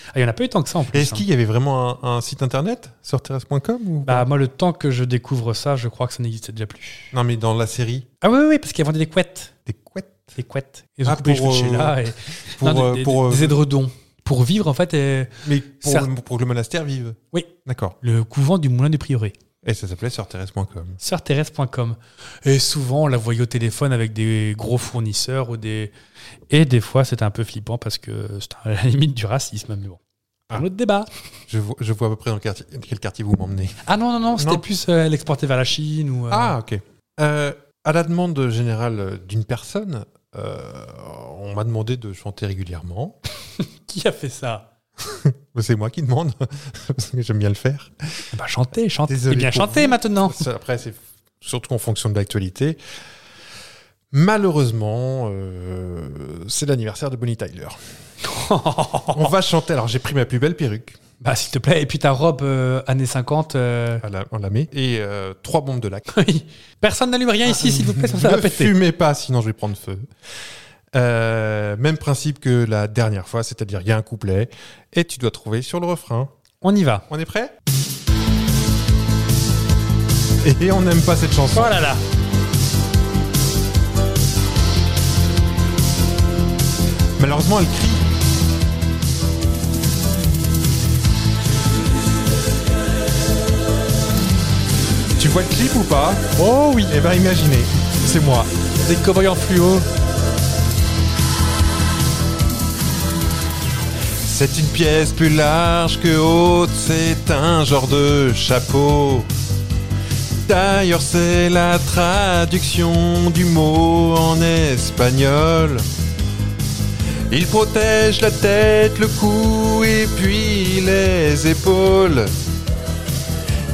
[SPEAKER 4] Ah, Il y en a pas eu tant que ça en plus.
[SPEAKER 6] Et est-ce
[SPEAKER 4] hein.
[SPEAKER 6] qu'il y avait vraiment un, un site internet sur terrasse.com ou...
[SPEAKER 4] Bah moi, le temps que je découvre ça, je crois que ça n'existait déjà plus.
[SPEAKER 6] Non, mais dans la série,
[SPEAKER 4] Ah oui, oui, oui, parce qu'ils vendaient des couettes.
[SPEAKER 6] des couettes.
[SPEAKER 4] Des couettes. Ils ont
[SPEAKER 6] Ah,
[SPEAKER 4] coupé les
[SPEAKER 6] pour,
[SPEAKER 4] cheveux de
[SPEAKER 6] euh,
[SPEAKER 4] Sheila et
[SPEAKER 6] Pour,
[SPEAKER 4] Non,
[SPEAKER 6] euh,
[SPEAKER 4] des, des-
[SPEAKER 6] pour, euh,
[SPEAKER 4] des édredons. Pour vivre en fait et-
[SPEAKER 6] mais pour,
[SPEAKER 4] Certes.
[SPEAKER 6] le- pour que le monastère vive.
[SPEAKER 4] Oui.
[SPEAKER 6] D'accord.
[SPEAKER 4] le couvent du moulin du prieuré.
[SPEAKER 6] Et ça s'appelait sur terrasse.com.
[SPEAKER 4] Sœurthérèse.com. Et souvent, on la voyait au téléphone avec des gros fournisseurs ou des. Et des fois, c'était un peu flippant parce que c'était à la limite du racisme, mais bon. Un
[SPEAKER 6] Ah.
[SPEAKER 4] autre débat.
[SPEAKER 6] Je, vois- je vois à peu près dans le quartier- quel quartier vous m'emmenez.
[SPEAKER 4] Ah non, non, non, c'était
[SPEAKER 6] Non.
[SPEAKER 4] plus euh, elle exportait vers la Chine ou. euh,
[SPEAKER 6] Ah, ok. Euh, à la demande générale euh, d'une personne, euh, on m'a demandé de chanter régulièrement.
[SPEAKER 4] Qui a fait ça
[SPEAKER 6] Mais C'est moi qui demande, *laughs* parce que j'aime bien le faire.
[SPEAKER 4] Eh Bah, chantez, chantez.
[SPEAKER 6] Désolé
[SPEAKER 4] Eh bien,
[SPEAKER 6] pour
[SPEAKER 4] chantez
[SPEAKER 6] vous.
[SPEAKER 4] maintenant. *laughs*
[SPEAKER 6] Ça, Après, c'est surtout en fonction de l'actualité. Malheureusement, euh, c'est l'anniversaire de Bonnie Tyler. On va chanter. Alors, j'ai pris ma plus belle perruque.
[SPEAKER 4] bah, s'il te plaît. Et puis ta robe euh, années 50. euh, *laughs*
[SPEAKER 6] à la- on la met. Et euh, trois bombes de lac.
[SPEAKER 4] oui. Personne n'allume rien ici, s'il vous plaît, sinon ça va
[SPEAKER 6] *laughs* ne
[SPEAKER 4] péter.
[SPEAKER 6] fumez pas, sinon je vais prendre feu. Euh, même principe que la dernière fois, c'est-à-dire il y a un couplet et tu dois trouver sur le refrain.
[SPEAKER 4] On y va.
[SPEAKER 6] On est prêt Et on n'aime pas cette chanson.
[SPEAKER 4] Oh là là.
[SPEAKER 6] Malheureusement, elle crie. Tu vois le clip ou pas Oh oui Eh ben imaginez, c'est moi.
[SPEAKER 4] Des cow-boys en fluo.
[SPEAKER 6] C'est une pièce plus large que haute, c'est un genre de chapeau. D'ailleurs, c'est la traduction du mot en espagnol. Il protège la tête, le cou et puis les épaules.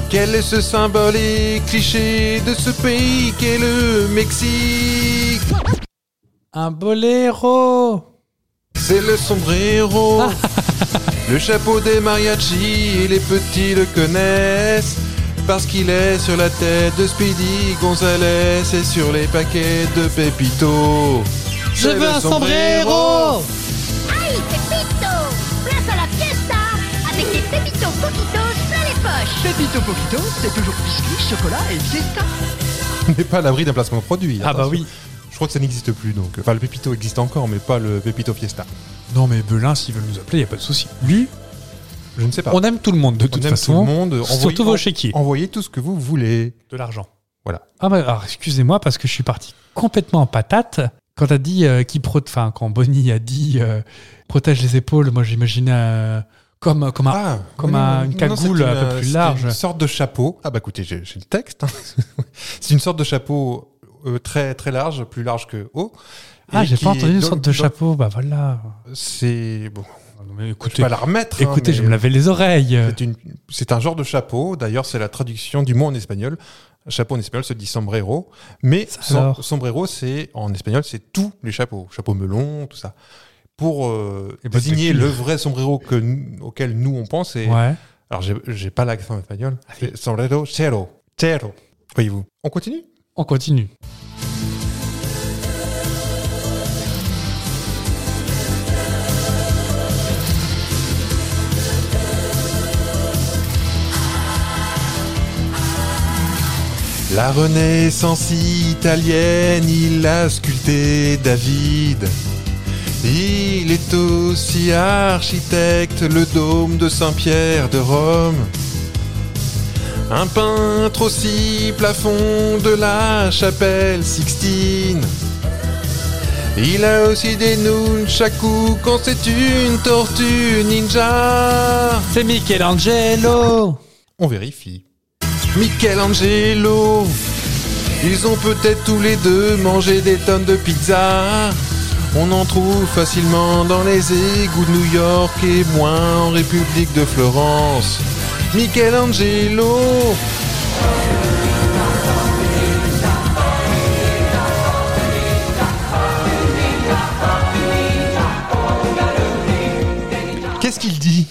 [SPEAKER 6] Quel est ce symbole et cliché de ce pays qu'est le Mexique
[SPEAKER 4] Un boléro.
[SPEAKER 6] C'est le
[SPEAKER 4] *laughs*
[SPEAKER 6] sombrero, le chapeau des mariachis, et les petits le connaissent. Parce qu'il est sur la tête de Speedy Gonzalez et sur les paquets de Pepito.
[SPEAKER 4] Je veux un
[SPEAKER 6] *laughs*
[SPEAKER 4] sombrero.
[SPEAKER 10] Aïe, Pépito Place à la fiesta Avec les Pépito Coquitos plein les poches
[SPEAKER 9] Pépito Popito, c'est toujours biscuit, chocolat et fiesta.
[SPEAKER 6] On n'est pas à l'abri d'un placement produit.
[SPEAKER 4] Ah bah
[SPEAKER 6] attention.
[SPEAKER 4] oui.
[SPEAKER 6] Je crois que ça n'existe plus donc. Enfin, le Pepito existe encore, mais pas le Pepito Fiesta.
[SPEAKER 4] Non mais Belin, s'ils veulent nous appeler, il a pas de souci. Lui,
[SPEAKER 6] Je ne sais pas.
[SPEAKER 4] on aime tout le monde de
[SPEAKER 6] On
[SPEAKER 4] toute
[SPEAKER 6] aime
[SPEAKER 4] façon.
[SPEAKER 6] tout le monde. Envoyez-
[SPEAKER 4] Surtout vos chéquiers.
[SPEAKER 6] Envoyez tout ce que vous voulez.
[SPEAKER 4] De l'argent.
[SPEAKER 6] Voilà.
[SPEAKER 4] Ah bah alors, excusez-moi parce que je suis parti complètement en patate. Quand t'as dit euh, qui pro- enfin quand Bonnie a dit euh, protège les épaules, moi j'imaginais euh, comme comme un-
[SPEAKER 6] Ah,
[SPEAKER 4] comme
[SPEAKER 6] non,
[SPEAKER 4] un-
[SPEAKER 6] non,
[SPEAKER 4] une cagoule
[SPEAKER 6] c'est
[SPEAKER 4] un peu
[SPEAKER 6] euh,
[SPEAKER 4] plus
[SPEAKER 6] c'est
[SPEAKER 4] large.
[SPEAKER 6] Une sorte de chapeau. Ah bah écoutez, j'ai j'ai le texte. hein. *laughs* c'est une sorte de chapeau euh, très très large, plus large que haut.
[SPEAKER 4] ah
[SPEAKER 6] et
[SPEAKER 4] j'ai
[SPEAKER 6] qui
[SPEAKER 4] pas
[SPEAKER 6] est
[SPEAKER 4] entendu une
[SPEAKER 6] dans-
[SPEAKER 4] sorte de
[SPEAKER 6] dans- Ah,
[SPEAKER 4] chapeau. Bah voilà.
[SPEAKER 6] C'est bon, je
[SPEAKER 4] écoutez,
[SPEAKER 6] vais pas la remettre. hein,
[SPEAKER 4] écoutez, je me
[SPEAKER 6] mais
[SPEAKER 4] euh, lavais les oreilles.
[SPEAKER 6] c'est une- C'est un genre de chapeau. D'ailleurs, c'est la traduction du mot en espagnol. Chapeau en espagnol se dit sombrero, mais
[SPEAKER 4] Ça
[SPEAKER 6] som-
[SPEAKER 4] alors.
[SPEAKER 6] sombrero, c'est en espagnol, c'est tous les chapeaux, chapeau melon, tout ça. Pour euh,
[SPEAKER 4] Et bottes de
[SPEAKER 6] désigner
[SPEAKER 4] cuir.
[SPEAKER 6] le vrai sombrero que, nous- auquel nous on pense, et
[SPEAKER 4] Ouais.
[SPEAKER 6] Alors, j'ai- j'ai pas l'accent espagnol. C'est sombrero cero. Cero. Voyez-vous. On continue
[SPEAKER 4] On continue.
[SPEAKER 6] La Renaissance italienne, il a sculpté David. Il est aussi architecte, le dôme de Saint-Pierre de Rome. Un peintre aussi, plafond de la chapelle Sixtine. Il a aussi des nunchaku quand c'est une tortue ninja.
[SPEAKER 4] C'est Michelangelo.
[SPEAKER 6] On vérifie. Michelangelo Ils ont peut-être tous les deux mangé des tonnes de pizza. On en trouve facilement dans les égouts de New York et moins en République de Florence. Michelangelo Qu'est-ce qu'il dit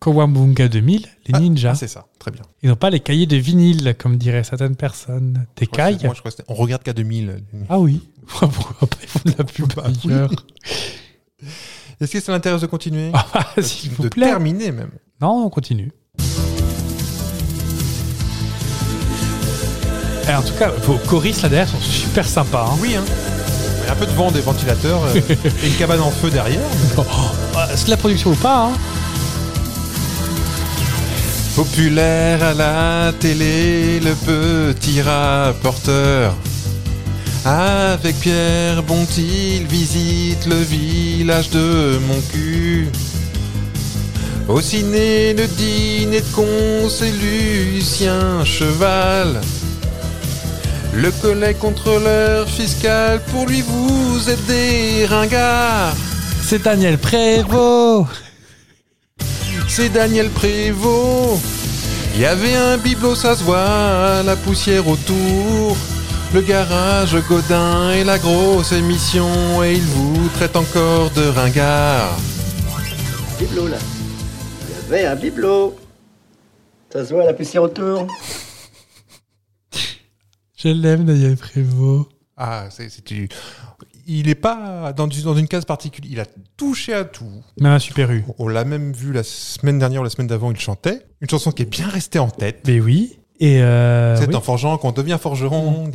[SPEAKER 4] Kowabunga 2000, les
[SPEAKER 6] Ah,
[SPEAKER 4] ninjas.
[SPEAKER 6] ah, c'est ça, très bien.
[SPEAKER 4] Ils n'ont pas les cahiers de vinyle, comme diraient certaines personnes. Des
[SPEAKER 6] Je crois que c'est-
[SPEAKER 4] cailles
[SPEAKER 6] moi, je crois que c'était- On regarde K2000.
[SPEAKER 4] Ah oui. *laughs* Pourquoi pas Ils font de la pub
[SPEAKER 6] Bah oui.
[SPEAKER 4] ailleurs.
[SPEAKER 6] Est-ce que ça l'intéresse de continuer
[SPEAKER 4] *laughs* Ah, S'il vous
[SPEAKER 6] De
[SPEAKER 4] plaît.
[SPEAKER 6] terminer même.
[SPEAKER 4] Non, on continue. Et Eh, en tout cas, vos choristes là derrière sont super sympas. hein.
[SPEAKER 6] Oui, hein. Il y a un peu de vent des ventilateurs
[SPEAKER 4] *laughs*
[SPEAKER 6] euh, et une cabane en feu derrière. mais-
[SPEAKER 4] Oh, euh, c'est de la production ou pas hein
[SPEAKER 6] Populaire à la télé, le petit rapporteur. Avec Pierre Bonti, il visite le village de mon cul. Au ciné, le dîner de con, c'est Lucien Cheval. Le collègue contrôleur fiscal, pour lui vous êtes des ringards.
[SPEAKER 4] C'est Daniel Prévost
[SPEAKER 6] c'est Daniel Prévost. Il y avait un bibelot, ça se voit, la poussière autour. Le garage Godin et la grosse émission, et il vous traite encore de ringard.
[SPEAKER 9] Bibelot, là. Il y avait un bibelot. Ça se voit, la poussière autour.
[SPEAKER 4] Je l'aime, Daniel Prévost.
[SPEAKER 6] Ah, c'est, c'est du- Il n'est pas dans, du- dans une case particulière, il a touché à tout.
[SPEAKER 4] Même un Super U.
[SPEAKER 6] On l'a même vu la semaine dernière ou la semaine d'avant, il chantait. Une chanson qui est bien restée en tête.
[SPEAKER 4] Mais oui. Et euh,
[SPEAKER 6] c'est
[SPEAKER 4] oui. Mmh.
[SPEAKER 6] en forgeant qu'on devient forgeron.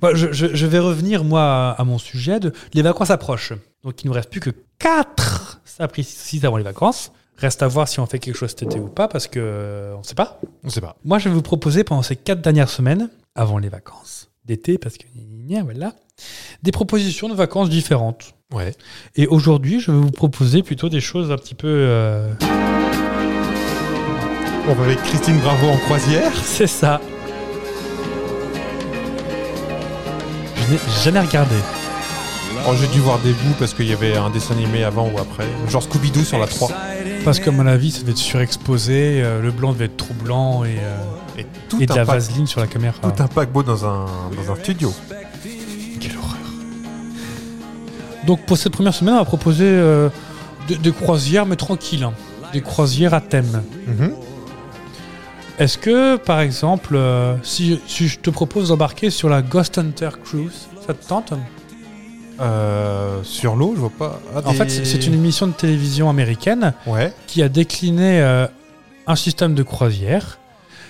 [SPEAKER 4] Bon, je, je- je vais revenir, moi, à mon sujet. De... Les vacances approchent. Donc, il nous reste plus que 4 sapricistes avant les vacances. Reste à voir si on fait quelque chose cet été ou pas, parce que euh, on ne sait pas.
[SPEAKER 6] On sait pas.
[SPEAKER 4] Moi, je vais vous proposer pendant ces quatre dernières semaines, avant les vacances d'été, parce que voilà, des propositions de vacances différentes.
[SPEAKER 6] Ouais.
[SPEAKER 4] Et aujourd'hui, je vais vous proposer plutôt des choses un petit peu. euh, *laughs*
[SPEAKER 6] On va avec Christine Bravo en croisière.
[SPEAKER 4] C'est ça. Je n'ai jamais regardé.
[SPEAKER 6] Oh, j'ai dû voir des bouts parce qu'il y avait un dessin animé avant ou après. Genre Scooby-Doo sur la 3.
[SPEAKER 4] Parce que, à mon avis, ça devait être surexposé, euh, le blanc devait être trop blanc et, euh,
[SPEAKER 6] Et tout,
[SPEAKER 4] et de
[SPEAKER 6] un,
[SPEAKER 4] la
[SPEAKER 6] pack-
[SPEAKER 4] vaseline sur la caméra.
[SPEAKER 6] tout un paquebot dans un, dans un studio.
[SPEAKER 4] Quelle horreur. Donc, pour cette première semaine, on va proposer euh, des, des croisières, mais tranquilles. hein. Des croisières à thème. Est-ce que, par exemple, euh, si, si je te propose d'embarquer sur la Ghost Hunter Cruise, ça te tente
[SPEAKER 6] Euh, sur l'eau, je vois pas. Ah,
[SPEAKER 4] En
[SPEAKER 6] des-
[SPEAKER 4] fait, c'est- c'est une émission de télévision américaine
[SPEAKER 6] Ouais.
[SPEAKER 4] qui a décliné euh, un système de croisière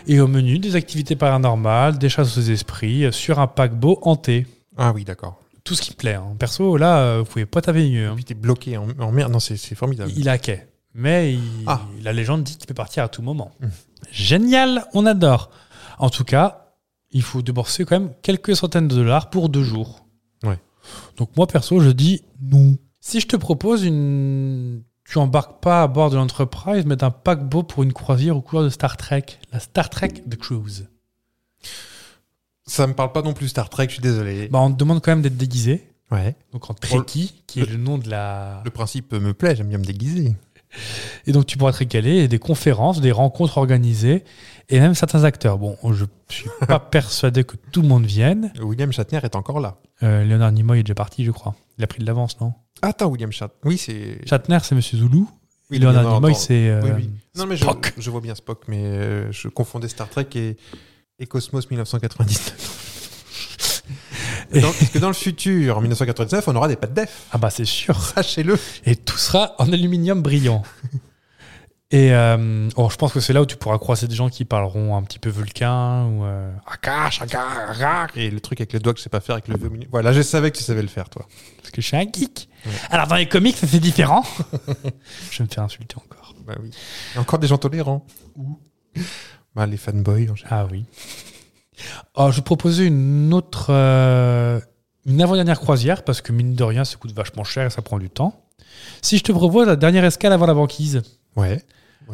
[SPEAKER 4] et au menu des activités paranormales, des chasses aux esprits, euh, sur un paquebot hanté.
[SPEAKER 6] Ah oui, d'accord.
[SPEAKER 4] Tout ce qui me plaît. hein. Perso, là, euh, vous pouvez pas taper mieux. hein.
[SPEAKER 6] Puis t'es bloqué en, en mer. Non, c'est c'est formidable.
[SPEAKER 4] Il a quai. Mais il-
[SPEAKER 6] Ah.
[SPEAKER 4] la légende dit qu'il peut partir à tout moment.
[SPEAKER 6] Mm.
[SPEAKER 4] Génial, on adore. En tout cas, il faut débourser quand même quelques centaines de dollars pour deux jours.
[SPEAKER 6] Ouais.
[SPEAKER 4] Donc moi, perso, je dis non. Si je te propose une... Tu embarques pas à bord de l'Enterprise, mais d'un paquebot pour une croisière aux couleurs de Star Trek. La Star Trek de Cruise.
[SPEAKER 6] Ça me parle pas non plus Star Trek, je suis désolé.
[SPEAKER 4] Bah, on te demande quand même d'être déguisé.
[SPEAKER 6] Ouais.
[SPEAKER 4] Donc en Trekkie, qui est le nom de la...
[SPEAKER 6] Le principe me plaît, j'aime bien me déguiser.
[SPEAKER 4] Et donc, tu pourras te régaler. Il y a des conférences, des rencontres organisées et même certains acteurs. Bon, oh, je
[SPEAKER 6] *laughs*
[SPEAKER 4] suis pas persuadé que tout le monde vienne.
[SPEAKER 6] William Shatner est encore là.
[SPEAKER 4] Euh, Leonard Nimoy est déjà parti, je crois. Il a pris de l'avance, non
[SPEAKER 6] Attends, William Shatner. Oui, c'est.
[SPEAKER 4] Shatner, c'est Monsieur Zoulou.
[SPEAKER 6] Oui,
[SPEAKER 4] et Leonard
[SPEAKER 6] Leonard,
[SPEAKER 4] Nimoy,
[SPEAKER 6] attends.
[SPEAKER 4] c'est. euh,
[SPEAKER 6] Oui, oui. Non, mais je,
[SPEAKER 4] Spock.
[SPEAKER 6] je vois bien Spock, mais euh, je confondais Star Trek et, et Cosmos 1999. Dans- parce que dans le futur, en 1999, on aura des pattes d'EF.
[SPEAKER 4] *laughs* Ah, bah, c'est sûr.
[SPEAKER 6] *laughs* Sachez-le.
[SPEAKER 4] Et tout sera en aluminium
[SPEAKER 6] *laughs*
[SPEAKER 4] brillant. Et euh, oh, je pense que c'est là où tu pourras croiser des gens qui parleront un petit peu vulcain ou euh,
[SPEAKER 6] Akash, Akarak. Et le truc avec les doigts que je sais pas faire avec le vieux milieu. Voilà, je savais que tu savais le faire, toi.
[SPEAKER 4] parce que je suis un geek. Alors dans les comics, c'est différent. *laughs* je vais me faire insulter encore.
[SPEAKER 6] Bah oui. Et encore des gens tolérants. Bah, les fanboys, en général.
[SPEAKER 4] Ah oui. Alors, je proposais une autre, euh, une avant-dernière croisière, parce que mine de rien, ça coûte vachement cher et ça prend du temps. Si je te propose la dernière escale avant la banquise,
[SPEAKER 6] Ouais.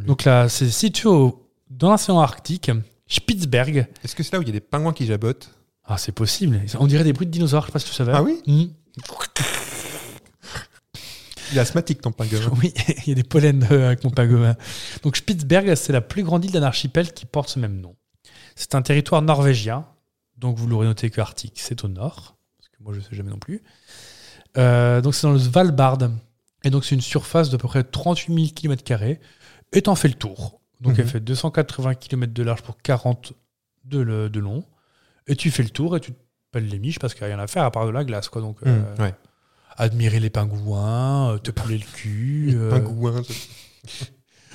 [SPEAKER 4] donc là, c'est situé au- dans l'océan Arctique, Spitzberg.
[SPEAKER 6] Est-ce que c'est là où il y a des pingouins qui jabotent
[SPEAKER 4] Ah, c'est possible. On dirait des bruits de dinosaures, je sais pas si tu savais.
[SPEAKER 6] Ah oui
[SPEAKER 4] Mm.
[SPEAKER 6] Il est asthmatique, ton pingouin.
[SPEAKER 4] *laughs* Oui, il y a des pollens euh, avec mon pagoma. Donc Spitzberg, c'est la plus grande île d'un archipel qui porte ce même nom. C'est un territoire norvégien, donc vous l'aurez noté que Arctique, c'est au nord, parce que moi je ne sais jamais non plus. Euh, donc c'est dans le Svalbard, Et donc, c'est une surface d'à peu près 38 000 km et t'en fais le tour. Donc,
[SPEAKER 6] Mhm.
[SPEAKER 4] elle fait 280 km de large pour 40 de, le- de long. Et tu fais le tour et tu te pèles les miches parce qu'il n'y a rien à faire à part de la glace. Quoi. Donc, euh,
[SPEAKER 6] Mhm, Hmm, ouais.
[SPEAKER 4] admirer les pingouins, euh, te pouler le cul, euh,
[SPEAKER 6] Pingouin.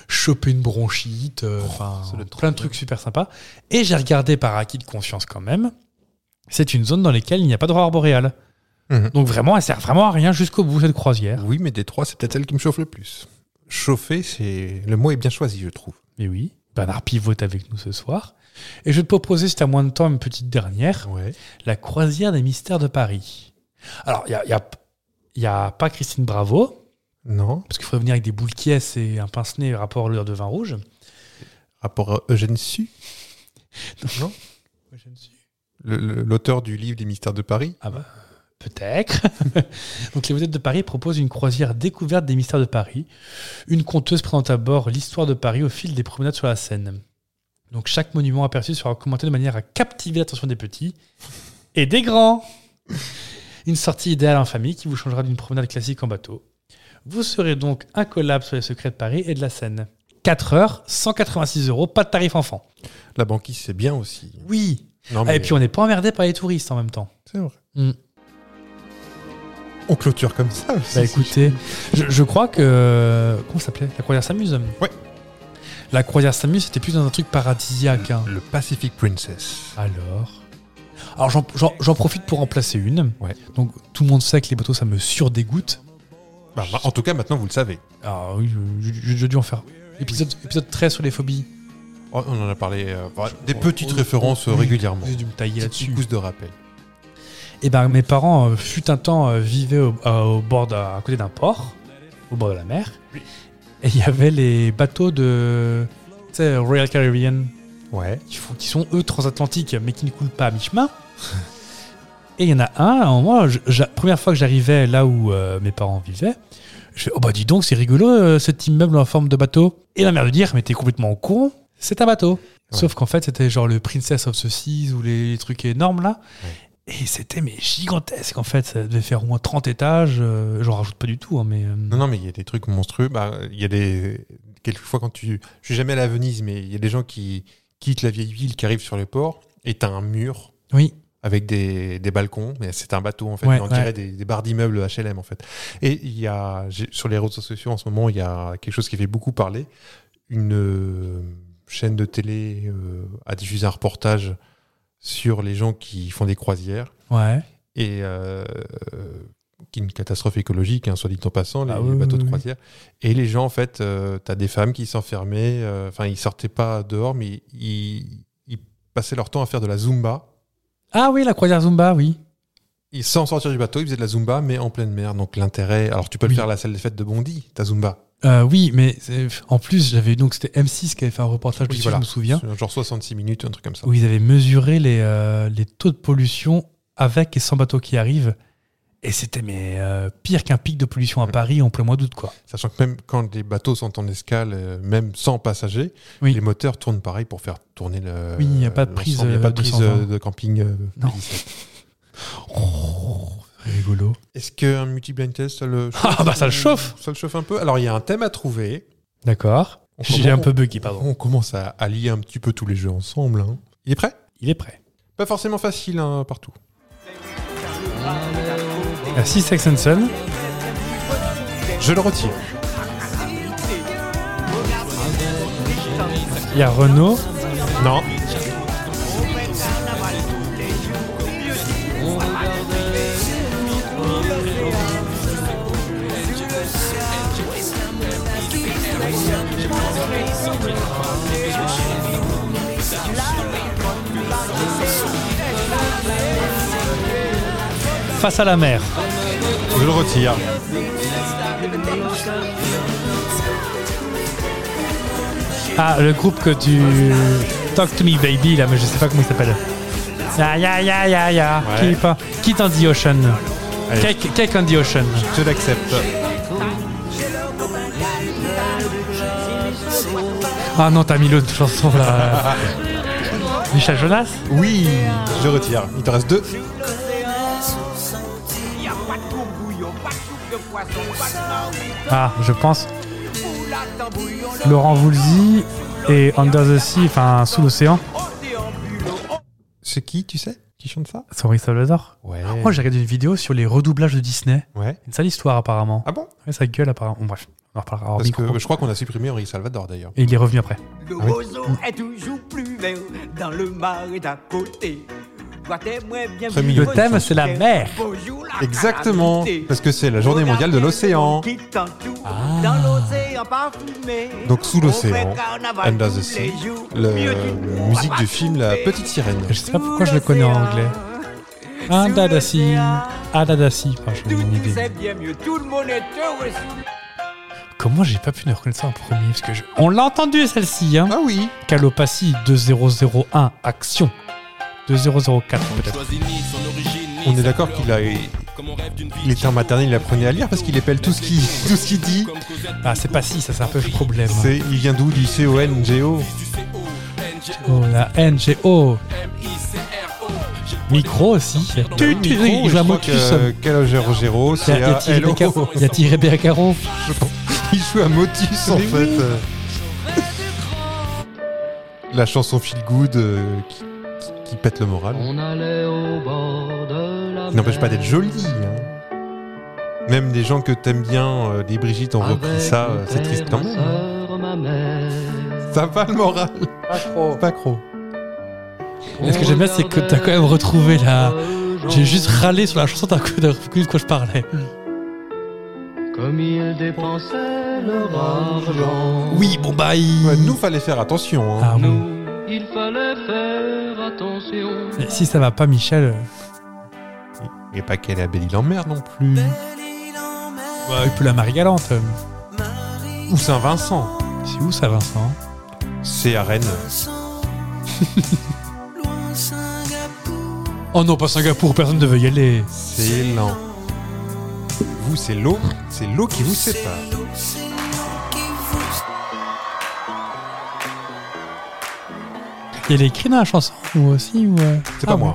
[SPEAKER 4] choper une bronchite, euh,
[SPEAKER 6] Oh,
[SPEAKER 4] enfin,
[SPEAKER 6] ça doit être trop
[SPEAKER 4] plein de
[SPEAKER 6] bien.
[SPEAKER 4] trucs super sympas. Et j'ai regardé par acquis de conscience quand même. C'est une zone dans laquelle il n'y a pas de droit arboréal.
[SPEAKER 6] Mhm.
[SPEAKER 4] Donc vraiment, elle sert vraiment à rien jusqu'au bout cette croisière.
[SPEAKER 6] Oui, mais des trois, c'est peut-être celle qui me chauffe le plus. Chauffer, c'est le mot est bien choisi, je trouve.
[SPEAKER 4] Mais oui, Bernard Pivot est avec nous ce soir. Et je vais te proposer, si t'as moins de temps, une petite dernière.
[SPEAKER 6] Ouais.
[SPEAKER 4] La croisière des mystères de Paris. Alors, il n'y a, il y a- il y a pas Christine Bravo,
[SPEAKER 6] Non.
[SPEAKER 4] parce qu'il faudrait venir avec des boules qui et un pince-nez rapport à l'heure de vin rouge.
[SPEAKER 6] Rapport à Eugène Sue, Non. le- le- l'auteur du livre Les Mystères de Paris.
[SPEAKER 4] Ah bah, peut-être. *laughs* Donc les vedettes de Paris proposent une croisière découverte des mystères de Paris. Une conteuse présente à bord l'histoire de Paris au fil des promenades sur la Seine. Donc chaque monument aperçu sera commenté de manière à captiver l'attention des petits et des grands. Une sortie idéale en famille qui vous changera d'une promenade classique en bateau. Vous serez donc incollable sur les secrets de Paris et de la Seine. 4 heures, 186 euros, pas de tarif enfant.
[SPEAKER 6] La banquise, c'est bien aussi.
[SPEAKER 4] Oui.
[SPEAKER 6] Non,
[SPEAKER 4] Et puis on n'est pas emmerdé par les touristes en même temps.
[SPEAKER 6] c'est vrai.
[SPEAKER 4] Hmm.
[SPEAKER 6] On clôture comme ça. aussi.
[SPEAKER 4] Bah écoutez, je, je crois que. Comment ça s'appelait La croisière s'amuse
[SPEAKER 6] Ouais.
[SPEAKER 4] La croisière s'amuse, c'était plus dans un truc paradisiaque. hein.
[SPEAKER 6] Le Pacific Princess.
[SPEAKER 4] Alors. Alors j'en- j'en j'en profite pour en placer une.
[SPEAKER 6] Ouais.
[SPEAKER 4] Donc tout le monde sait que les bateaux ça me surdégoûte.
[SPEAKER 6] Bah, bah, en tout cas, maintenant, vous le savez.
[SPEAKER 4] Alors oui, je- je- j'ai dû en faire. Épisode, épisode 13 sur les phobies.
[SPEAKER 6] Oh, on en a parlé. euh, bah, des
[SPEAKER 4] on-
[SPEAKER 6] petites
[SPEAKER 4] on-
[SPEAKER 6] références euh,
[SPEAKER 4] oh, oui,
[SPEAKER 6] régulièrement.
[SPEAKER 4] J'ai dû me tailler
[SPEAKER 6] Petite
[SPEAKER 4] là-dessus.
[SPEAKER 6] cousse de rappel.
[SPEAKER 4] Et ben mes parents, euh, fut un temps, euh, vivaient au, euh, au bord d'un- à côté d'un port, au bord de la mer. Et il y avait les bateaux de. Tu sais, Royal Caribbean.
[SPEAKER 6] Ouais.
[SPEAKER 4] qui, font- qui sont eux transatlantiques mais qui ne coulent pas à mi-chemin. *laughs* Et il y en a un, à un moment, je- j'a- première fois que j'arrivais là où euh, mes parents vivaient, je fais Oh bah dis donc, c'est rigolo euh, cet immeuble en forme de bateau. Et la mère de dire Mais t'es complètement con, c'est un bateau. Sauf qu'en fait, c'était genre le Princess of the Seas ou les trucs énormes là. Et c'était mais gigantesque en fait, ça devait faire au moins 30 étages, euh, j'en rajoute pas du tout, hein, mais. euh,
[SPEAKER 6] Non, non, mais il y a des trucs monstrueux. Bah, il y a des. Quelquefois, quand tu. Je suis jamais allé à Venise, mais il y a des gens qui quittent la vieille ville, qui arrivent sur le port, et t'as un mur
[SPEAKER 4] Oui,
[SPEAKER 6] avec des, des balcons, mais c'est un bateau en fait,
[SPEAKER 4] Ouais,
[SPEAKER 6] on
[SPEAKER 4] ouais.
[SPEAKER 6] dirait des, des barres d'immeubles HLM en fait. Et il y a j'ai- sur les réseaux sociaux en ce moment, il y a quelque chose qui fait beaucoup parler, une euh, chaîne de télé euh, a diffusé un reportage sur les gens qui font des croisières
[SPEAKER 4] ouais.
[SPEAKER 6] et euh, euh, qui est une catastrophe écologique, hein, soit dit en passant, les,
[SPEAKER 4] Ah oui,
[SPEAKER 6] les bateaux
[SPEAKER 4] oui,
[SPEAKER 6] de
[SPEAKER 4] oui.
[SPEAKER 6] croisière. Et les gens, en fait, euh, t'as des femmes qui s'enfermaient, euh, enfin, ils sortaient pas dehors, mais ils, ils passaient leur temps à faire de la zumba.
[SPEAKER 4] Ah oui, la croisière Zumba, oui.
[SPEAKER 6] Ils, sans sortir du bateau, ils faisaient de la Zumba, mais en pleine mer. Donc l'intérêt. Alors tu peux
[SPEAKER 4] Oui.
[SPEAKER 6] le faire à la salle des fêtes de Bondy, ta Zumba.
[SPEAKER 4] Euh, oui, mais c'est- en plus, j'avais donc c'était M6 qui avait fait un reportage
[SPEAKER 6] Oui,
[SPEAKER 4] dessus,
[SPEAKER 6] voilà.
[SPEAKER 4] je me souviens,
[SPEAKER 6] Genre 66 minutes, un truc comme ça.
[SPEAKER 4] où ils avaient mesuré les, euh, les taux de pollution avec et sans bateaux qui arrivent. Et c'était mais euh, pire qu'un pic de pollution à Paris en plein mois d'août, quoi.
[SPEAKER 6] Sachant que même quand les bateaux sont en escale, euh, même sans passagers,
[SPEAKER 4] Oui.
[SPEAKER 6] les moteurs tournent pareil pour faire tourner le.
[SPEAKER 4] Oui, il n'y a pas de
[SPEAKER 6] l'ensemble.
[SPEAKER 4] prise,
[SPEAKER 6] Il n'y a pas de
[SPEAKER 4] euh,
[SPEAKER 6] prise
[SPEAKER 4] 220.
[SPEAKER 6] euh, de camping. euh,
[SPEAKER 4] Non.
[SPEAKER 6] hélice.
[SPEAKER 4] Oh, rigolo.
[SPEAKER 6] Est-ce qu'un multi-blind test, ça le. chauffe
[SPEAKER 4] *laughs* Ah bah ça le chauffe.
[SPEAKER 6] Ça le chauffe un peu. Alors il y a un thème à trouver.
[SPEAKER 4] D'accord.
[SPEAKER 6] On
[SPEAKER 4] J'ai
[SPEAKER 6] comprend-
[SPEAKER 4] un peu bugué, pardon.
[SPEAKER 6] On commence à allier un petit peu tous les jeux ensemble. hein. Il est prêt
[SPEAKER 4] Il est prêt.
[SPEAKER 6] Pas forcément facile hein, partout.
[SPEAKER 4] La 6 Sex and Son.
[SPEAKER 6] Je le retire.
[SPEAKER 4] Il y a Renault.
[SPEAKER 6] Non.
[SPEAKER 4] Face à la mer.
[SPEAKER 6] Je le retire.
[SPEAKER 4] Ah, le groupe que tu. Talk to me baby, là, mais je sais pas comment il s'appelle. Ya ya ya ya ya.
[SPEAKER 6] Ouais.
[SPEAKER 4] Keep, Keep on the ocean.
[SPEAKER 6] Allez.
[SPEAKER 4] Cake, cake on the ocean.
[SPEAKER 6] Je l'accepte.
[SPEAKER 4] Ah non, t'as mis l'autre chanson
[SPEAKER 6] *laughs*
[SPEAKER 4] là. Michel Jonas
[SPEAKER 6] Oui, je retire. Il te reste deux.
[SPEAKER 4] Ah, je pense. Laurent Voulzy et Under the Sea, enfin Sous l'océan,
[SPEAKER 6] C'est qui, tu sais Qui chante ça
[SPEAKER 4] Sorry Salvador. Ah,
[SPEAKER 6] Ouais.
[SPEAKER 4] Moi, j'ai regardé une vidéo sur les redoublages de Disney.
[SPEAKER 6] Ouais.
[SPEAKER 4] Une sale histoire, apparemment.
[SPEAKER 6] Ah bon
[SPEAKER 4] Ouais, ça gueule, apparemment. Bon, bref, on en reparlera hors
[SPEAKER 6] Parce
[SPEAKER 4] micro.
[SPEAKER 6] que je crois qu'on a supprimé Henri Salvador d'ailleurs.
[SPEAKER 4] Et il est revenu après.
[SPEAKER 11] Le
[SPEAKER 6] Ah oui.
[SPEAKER 11] roseau est toujours plus vert dans le marais d'à côté. Toi, t'es moins bien
[SPEAKER 6] Très
[SPEAKER 11] vivre
[SPEAKER 6] mignon.
[SPEAKER 4] Le thème,
[SPEAKER 11] sous
[SPEAKER 4] c'est la
[SPEAKER 11] terre.
[SPEAKER 4] mer.
[SPEAKER 11] Bonjour, la
[SPEAKER 6] Exactement,
[SPEAKER 11] calamité.
[SPEAKER 6] parce que c'est la journée mondiale de l'océan. Ah.
[SPEAKER 11] Qui t'entoure dans l'océan parfumé.
[SPEAKER 6] Donc sous l'océan,
[SPEAKER 11] Au vrai carnaval
[SPEAKER 6] Under
[SPEAKER 11] tous
[SPEAKER 6] the
[SPEAKER 11] les
[SPEAKER 6] Sea,
[SPEAKER 11] jours.
[SPEAKER 6] la
[SPEAKER 11] Mieux tu ne pourras
[SPEAKER 6] musique
[SPEAKER 11] pas
[SPEAKER 6] du film La
[SPEAKER 11] trouver.
[SPEAKER 6] Petite Sirène.
[SPEAKER 4] Je sais pas pourquoi je le connais en anglais. Ah, Dadassi. Ah, Dadassi. Ah, j'ai
[SPEAKER 11] Tout
[SPEAKER 4] une idée.
[SPEAKER 11] c'est bien mieux, tout le monde est heureux sous
[SPEAKER 4] Comment j'ai pas pu ne reconnaître ça en premier parce que je- On l'a entendu celle-ci, hein
[SPEAKER 6] Ah oui
[SPEAKER 4] Calopassi 2001, action 2004 peut-être.
[SPEAKER 6] On est d'accord qu'il a... Il était en maternelle, il apprenait à lire parce qu'il épelle tout ce qu'il tout ce qu'il dit.
[SPEAKER 4] Ah, c'est pas si, ça c'est un peu le problème. hein.
[SPEAKER 6] C'est, il vient d'où du C-O-N-G-O
[SPEAKER 4] Oh, la NGO Micro aussi. Tu, tu,
[SPEAKER 6] Micro,
[SPEAKER 4] il
[SPEAKER 6] je
[SPEAKER 4] joue à
[SPEAKER 6] crois
[SPEAKER 4] Motus.
[SPEAKER 6] que Calogero,
[SPEAKER 4] Il y a- il y a Thierry
[SPEAKER 6] C-A-L-O.
[SPEAKER 4] Beccaro- il y a Thierry Beccaro.
[SPEAKER 6] Il joue à Motus en
[SPEAKER 4] Mais
[SPEAKER 6] fait.
[SPEAKER 4] oui.
[SPEAKER 6] euh. La chanson Feel Good euh, qui, qui- qui pète le moral. Qui n'empêche pas d'être jolie. hein. Même des gens que t'aimes bien, euh, des Brigitte ont repris ça, euh, c'est triste quand même. Ça va le moral Pas trop.
[SPEAKER 4] Mais Ce que j'aime bien, c'est que t'as quand même retrouvé la. J'ai juste râlé sur la chanson, t'as quand même reconnu de quoi je parlais.
[SPEAKER 6] Ah,
[SPEAKER 4] Oui, bon bah il-
[SPEAKER 6] Ouais, nous, fallait faire attention. hein.
[SPEAKER 4] Ah oui. Et Eh, si ça va pas, Michel, euh, Ah.
[SPEAKER 6] Et pas qu'elle est à Belle-Île en mer non plus.
[SPEAKER 4] bah, il peut la Marie Galante.
[SPEAKER 6] Ou Saint-Vincent.
[SPEAKER 4] C'est où ça, Vincent
[SPEAKER 6] C'est à Rennes.
[SPEAKER 4] Oh non, pas Singapour, personne ne veut y aller.
[SPEAKER 6] C'est lent. Vous, c'est l'eau. C'est l'eau qui vous sépare.
[SPEAKER 4] Il est écrit dans la chanson, ou aussi, ou. euh,
[SPEAKER 6] C'est
[SPEAKER 4] ah
[SPEAKER 6] pas
[SPEAKER 4] bon.
[SPEAKER 6] moi.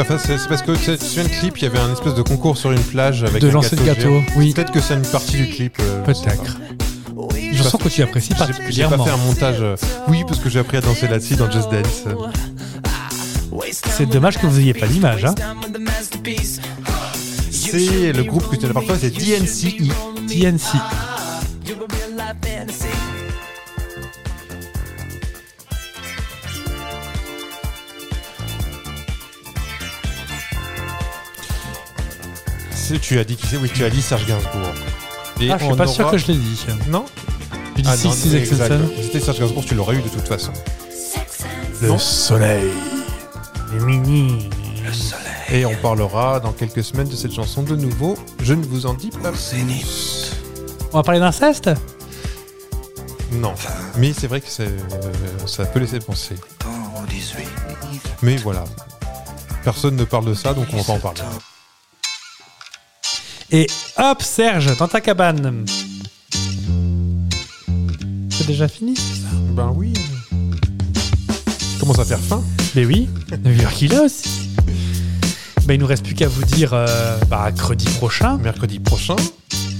[SPEAKER 6] Enfin, c'est c'est parce que tu sais, tu te souviens le clip, il y avait un espèce de concours sur une plage avec
[SPEAKER 4] De
[SPEAKER 6] un
[SPEAKER 4] lancer le
[SPEAKER 6] géant.
[SPEAKER 4] gâteau, oui.
[SPEAKER 6] Peut-être que c'est une partie du clip. euh, je sais pas.
[SPEAKER 4] Peut-être. Je sens que tu apprécies
[SPEAKER 6] J'ai- J'ai pas
[SPEAKER 4] particulièrement.
[SPEAKER 6] fait un montage. euh, Oui, parce que j'ai appris à danser là-dessus dans Just Dance.
[SPEAKER 4] C'est dommage que vous ayez pas l'image. Hein.
[SPEAKER 6] C'est le groupe que tu as parfois, c'est DNCE.
[SPEAKER 4] TNC.
[SPEAKER 6] C'est- Tu as dit qui c'est Oui, tu as dit Serge Gainsbourg. Et
[SPEAKER 4] Ah, je suis
[SPEAKER 6] on
[SPEAKER 4] pas sûr
[SPEAKER 6] aura-
[SPEAKER 4] que je l'ai dit.
[SPEAKER 6] Non
[SPEAKER 4] Tu dis
[SPEAKER 6] Ah,
[SPEAKER 4] Six
[SPEAKER 6] non,
[SPEAKER 4] Six
[SPEAKER 6] exact.
[SPEAKER 4] Extension.
[SPEAKER 6] Si c'était Serge Gainsbourg, tu l'aurais eu de toute façon.
[SPEAKER 4] Le soleil. Le mini.
[SPEAKER 6] Et on parlera dans quelques semaines de cette chanson de nouveau. Je ne vous en dis pas plus.
[SPEAKER 4] On va parler d'inceste
[SPEAKER 6] Non. Mais c'est vrai que c'est- euh, ça peut laisser penser. Mais voilà. Personne ne parle de ça, donc on va pas en parler.
[SPEAKER 4] Et hop, Serge, dans ta cabane. C'est déjà fini ça
[SPEAKER 6] Ben oui. Commence à faire faim.
[SPEAKER 4] Mais oui, New York il a aussi. Bah, il nous reste plus qu'à vous dire euh, bah, mercredi prochain,
[SPEAKER 6] Mercredi prochain,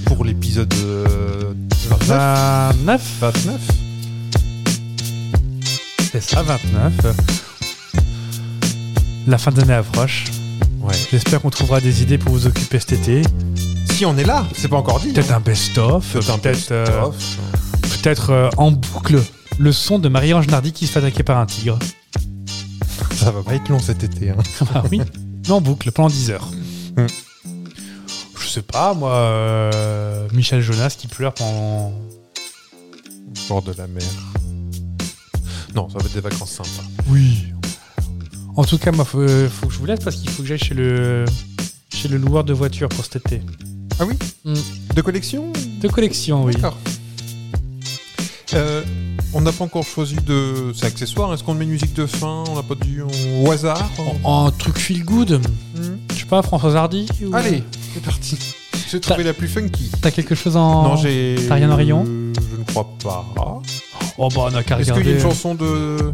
[SPEAKER 6] pour l'épisode euh, 29.
[SPEAKER 4] 29.
[SPEAKER 6] 29
[SPEAKER 4] C'est ça, 29. La fin d'année approche.
[SPEAKER 6] Ouais.
[SPEAKER 4] J'espère qu'on trouvera des idées pour vous occuper cet été.
[SPEAKER 6] Si on est là, c'est pas encore dit.
[SPEAKER 4] Peut-être
[SPEAKER 6] hein.
[SPEAKER 4] un best-of,
[SPEAKER 6] Peut-être un
[SPEAKER 4] peut-être euh,
[SPEAKER 6] best-of.
[SPEAKER 4] peut-être, euh, en boucle le son de Marie-Ange Nardi qui se fait attaquer par un tigre.
[SPEAKER 6] *laughs* Ça va pas être long cet été. hein.
[SPEAKER 4] Ah oui, mais en boucle pendant 10 heures.
[SPEAKER 6] Hmm.
[SPEAKER 4] Je sais pas, moi, euh, Michel Jonas qui pleure pendant.
[SPEAKER 6] Bord de la mer. Non, ça va être des vacances sympas.
[SPEAKER 4] Oui. En tout cas, moi, faut, euh, faut que je vous laisse parce qu'il faut que j'aille chez le, chez le loueur de voitures pour cet été.
[SPEAKER 6] Ah oui
[SPEAKER 4] Hmm.
[SPEAKER 6] De collection
[SPEAKER 4] De collection, oui.
[SPEAKER 6] D'accord. Euh, on n'a pas encore choisi de. C'est accessoire. Est-ce qu'on met une musique de fin On n'a pas dit on- au hasard
[SPEAKER 4] En, en truc feel good,
[SPEAKER 6] Hmm.
[SPEAKER 4] je sais pas, Françoise Hardy ou-
[SPEAKER 6] Allez, c'est parti. J'ai trouvé la plus funky.
[SPEAKER 4] T'as quelque chose en.
[SPEAKER 6] Non, j'ai.
[SPEAKER 4] T'as rien en rayon
[SPEAKER 6] Euh, Je ne crois pas.
[SPEAKER 4] Oh bah, on a qu'à
[SPEAKER 6] Est-ce
[SPEAKER 4] regarder.
[SPEAKER 6] qu'il y a une chanson de.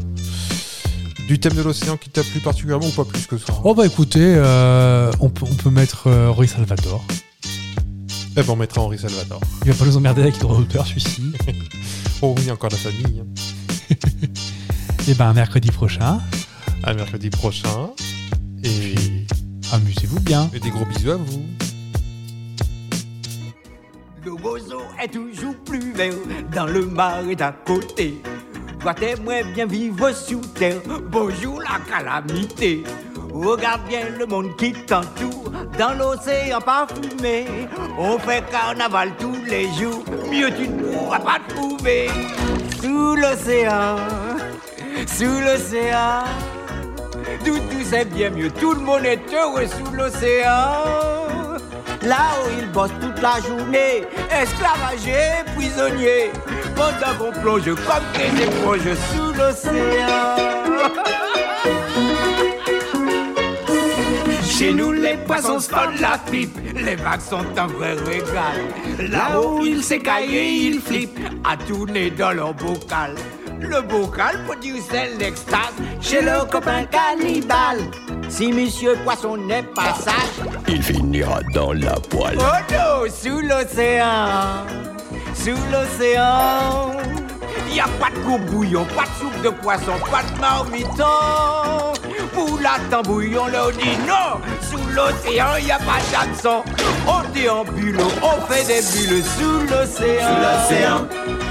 [SPEAKER 6] Du thème de l'océan qui t'a plu particulièrement ou pas plus que ça
[SPEAKER 4] Oh bah écoutez, euh, on, peut, on peut mettre euh, Roy Salvador.
[SPEAKER 6] Eh ben, on mettra Henri Salvador.
[SPEAKER 4] Il va pas nous emmerder avec le droit d'auteur, celui-ci.
[SPEAKER 6] Oh oui, encore la famille.
[SPEAKER 4] Et ben mercredi prochain,
[SPEAKER 6] À mercredi prochain. Et,
[SPEAKER 4] amusez-vous bien.
[SPEAKER 6] et des gros bisous à vous.
[SPEAKER 11] Le roseau est toujours plus vert dans le marais d'à côté. Toi t'aimerais bien vivre sous terre, bonjour la calamité. Regarde bien le monde qui t'entoure dans l'océan parfumé. On fait carnaval tous les jours, mieux tu ne pourras pas trouver. Sous l'océan, sous l'océan, tout, tout c'est bien mieux, tout le monde est heureux sous l'océan. Là où ils bossent toute la journée, esclavagés, prisonniers, pendant qu'on plonge comme des éponges sous l'océan. Chez nous, les poissons se fendent la pipe, les vagues sont un vrai régal. Là-haut, ils s'écaillent et ils flippent, à tourner dans leur bocal. Le bocal produit l'extase chez le copain cannibale. Si monsieur poisson n'est pas sage,
[SPEAKER 8] Il finira dans la poêle.
[SPEAKER 11] Oh non, sous l'océan, sous l'océan, y a pas de gros bouillon, pas de soupe de poisson, pas de marmiton. Pour la tambouille, on leur dit non, sous l'océan, y a pas d'absent. On déambule, on fait des bulles sous l'océan. Sous l'océan,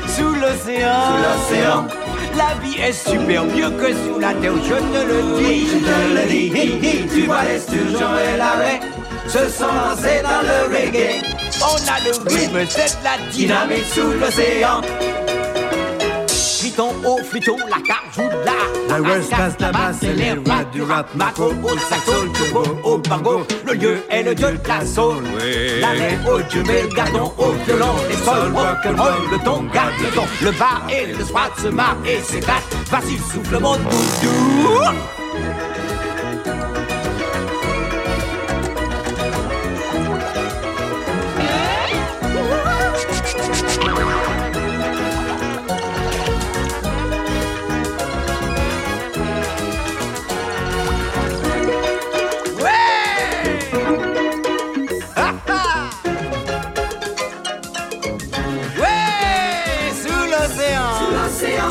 [SPEAKER 11] sous l'océan, sous l'océan. La vie est super mieux que sous la terre, je te le dis, je te le dis. tu vois les sturgeons et l'arrêt se sont lancés dans le reggae. On a le rythme, c'est de la dynamique sous l'océan. Fliton, oh fliton, la carjoula La West Coast, la basse, c'est les rats du rap Macro, au saxo, le turbo, au bango Le lieu est le dieu de la soul L'année au dieu, mais le gardon au violon Les sols, rock'n'roll, le ton, garde le ton Le bas et le soir se marrent et s'éclatent Vas-y, souffle mon doudou Ouais! Ha, ha! Ouais! Sous l'océan!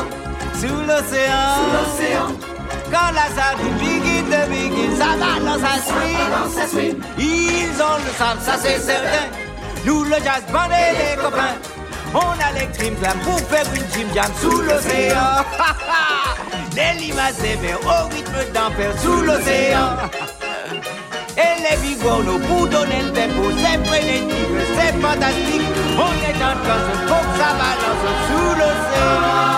[SPEAKER 11] Sous l'océan! Quand la sable biguine de biguine, ça balance, ça swing. Ils ont le sable, ça c'est certain. Nous le jazz band et les copains. On a les trim jam pour faire une gym jam sous l'océan. *laughs* Ha, ha! les limaces et vers au rythme d'enfer sous l'océan. Et les bigorneaux pour donner le tempo, c'est frénétique, c'est fantastique. On est en transe, faut que ça balance sous l'océan.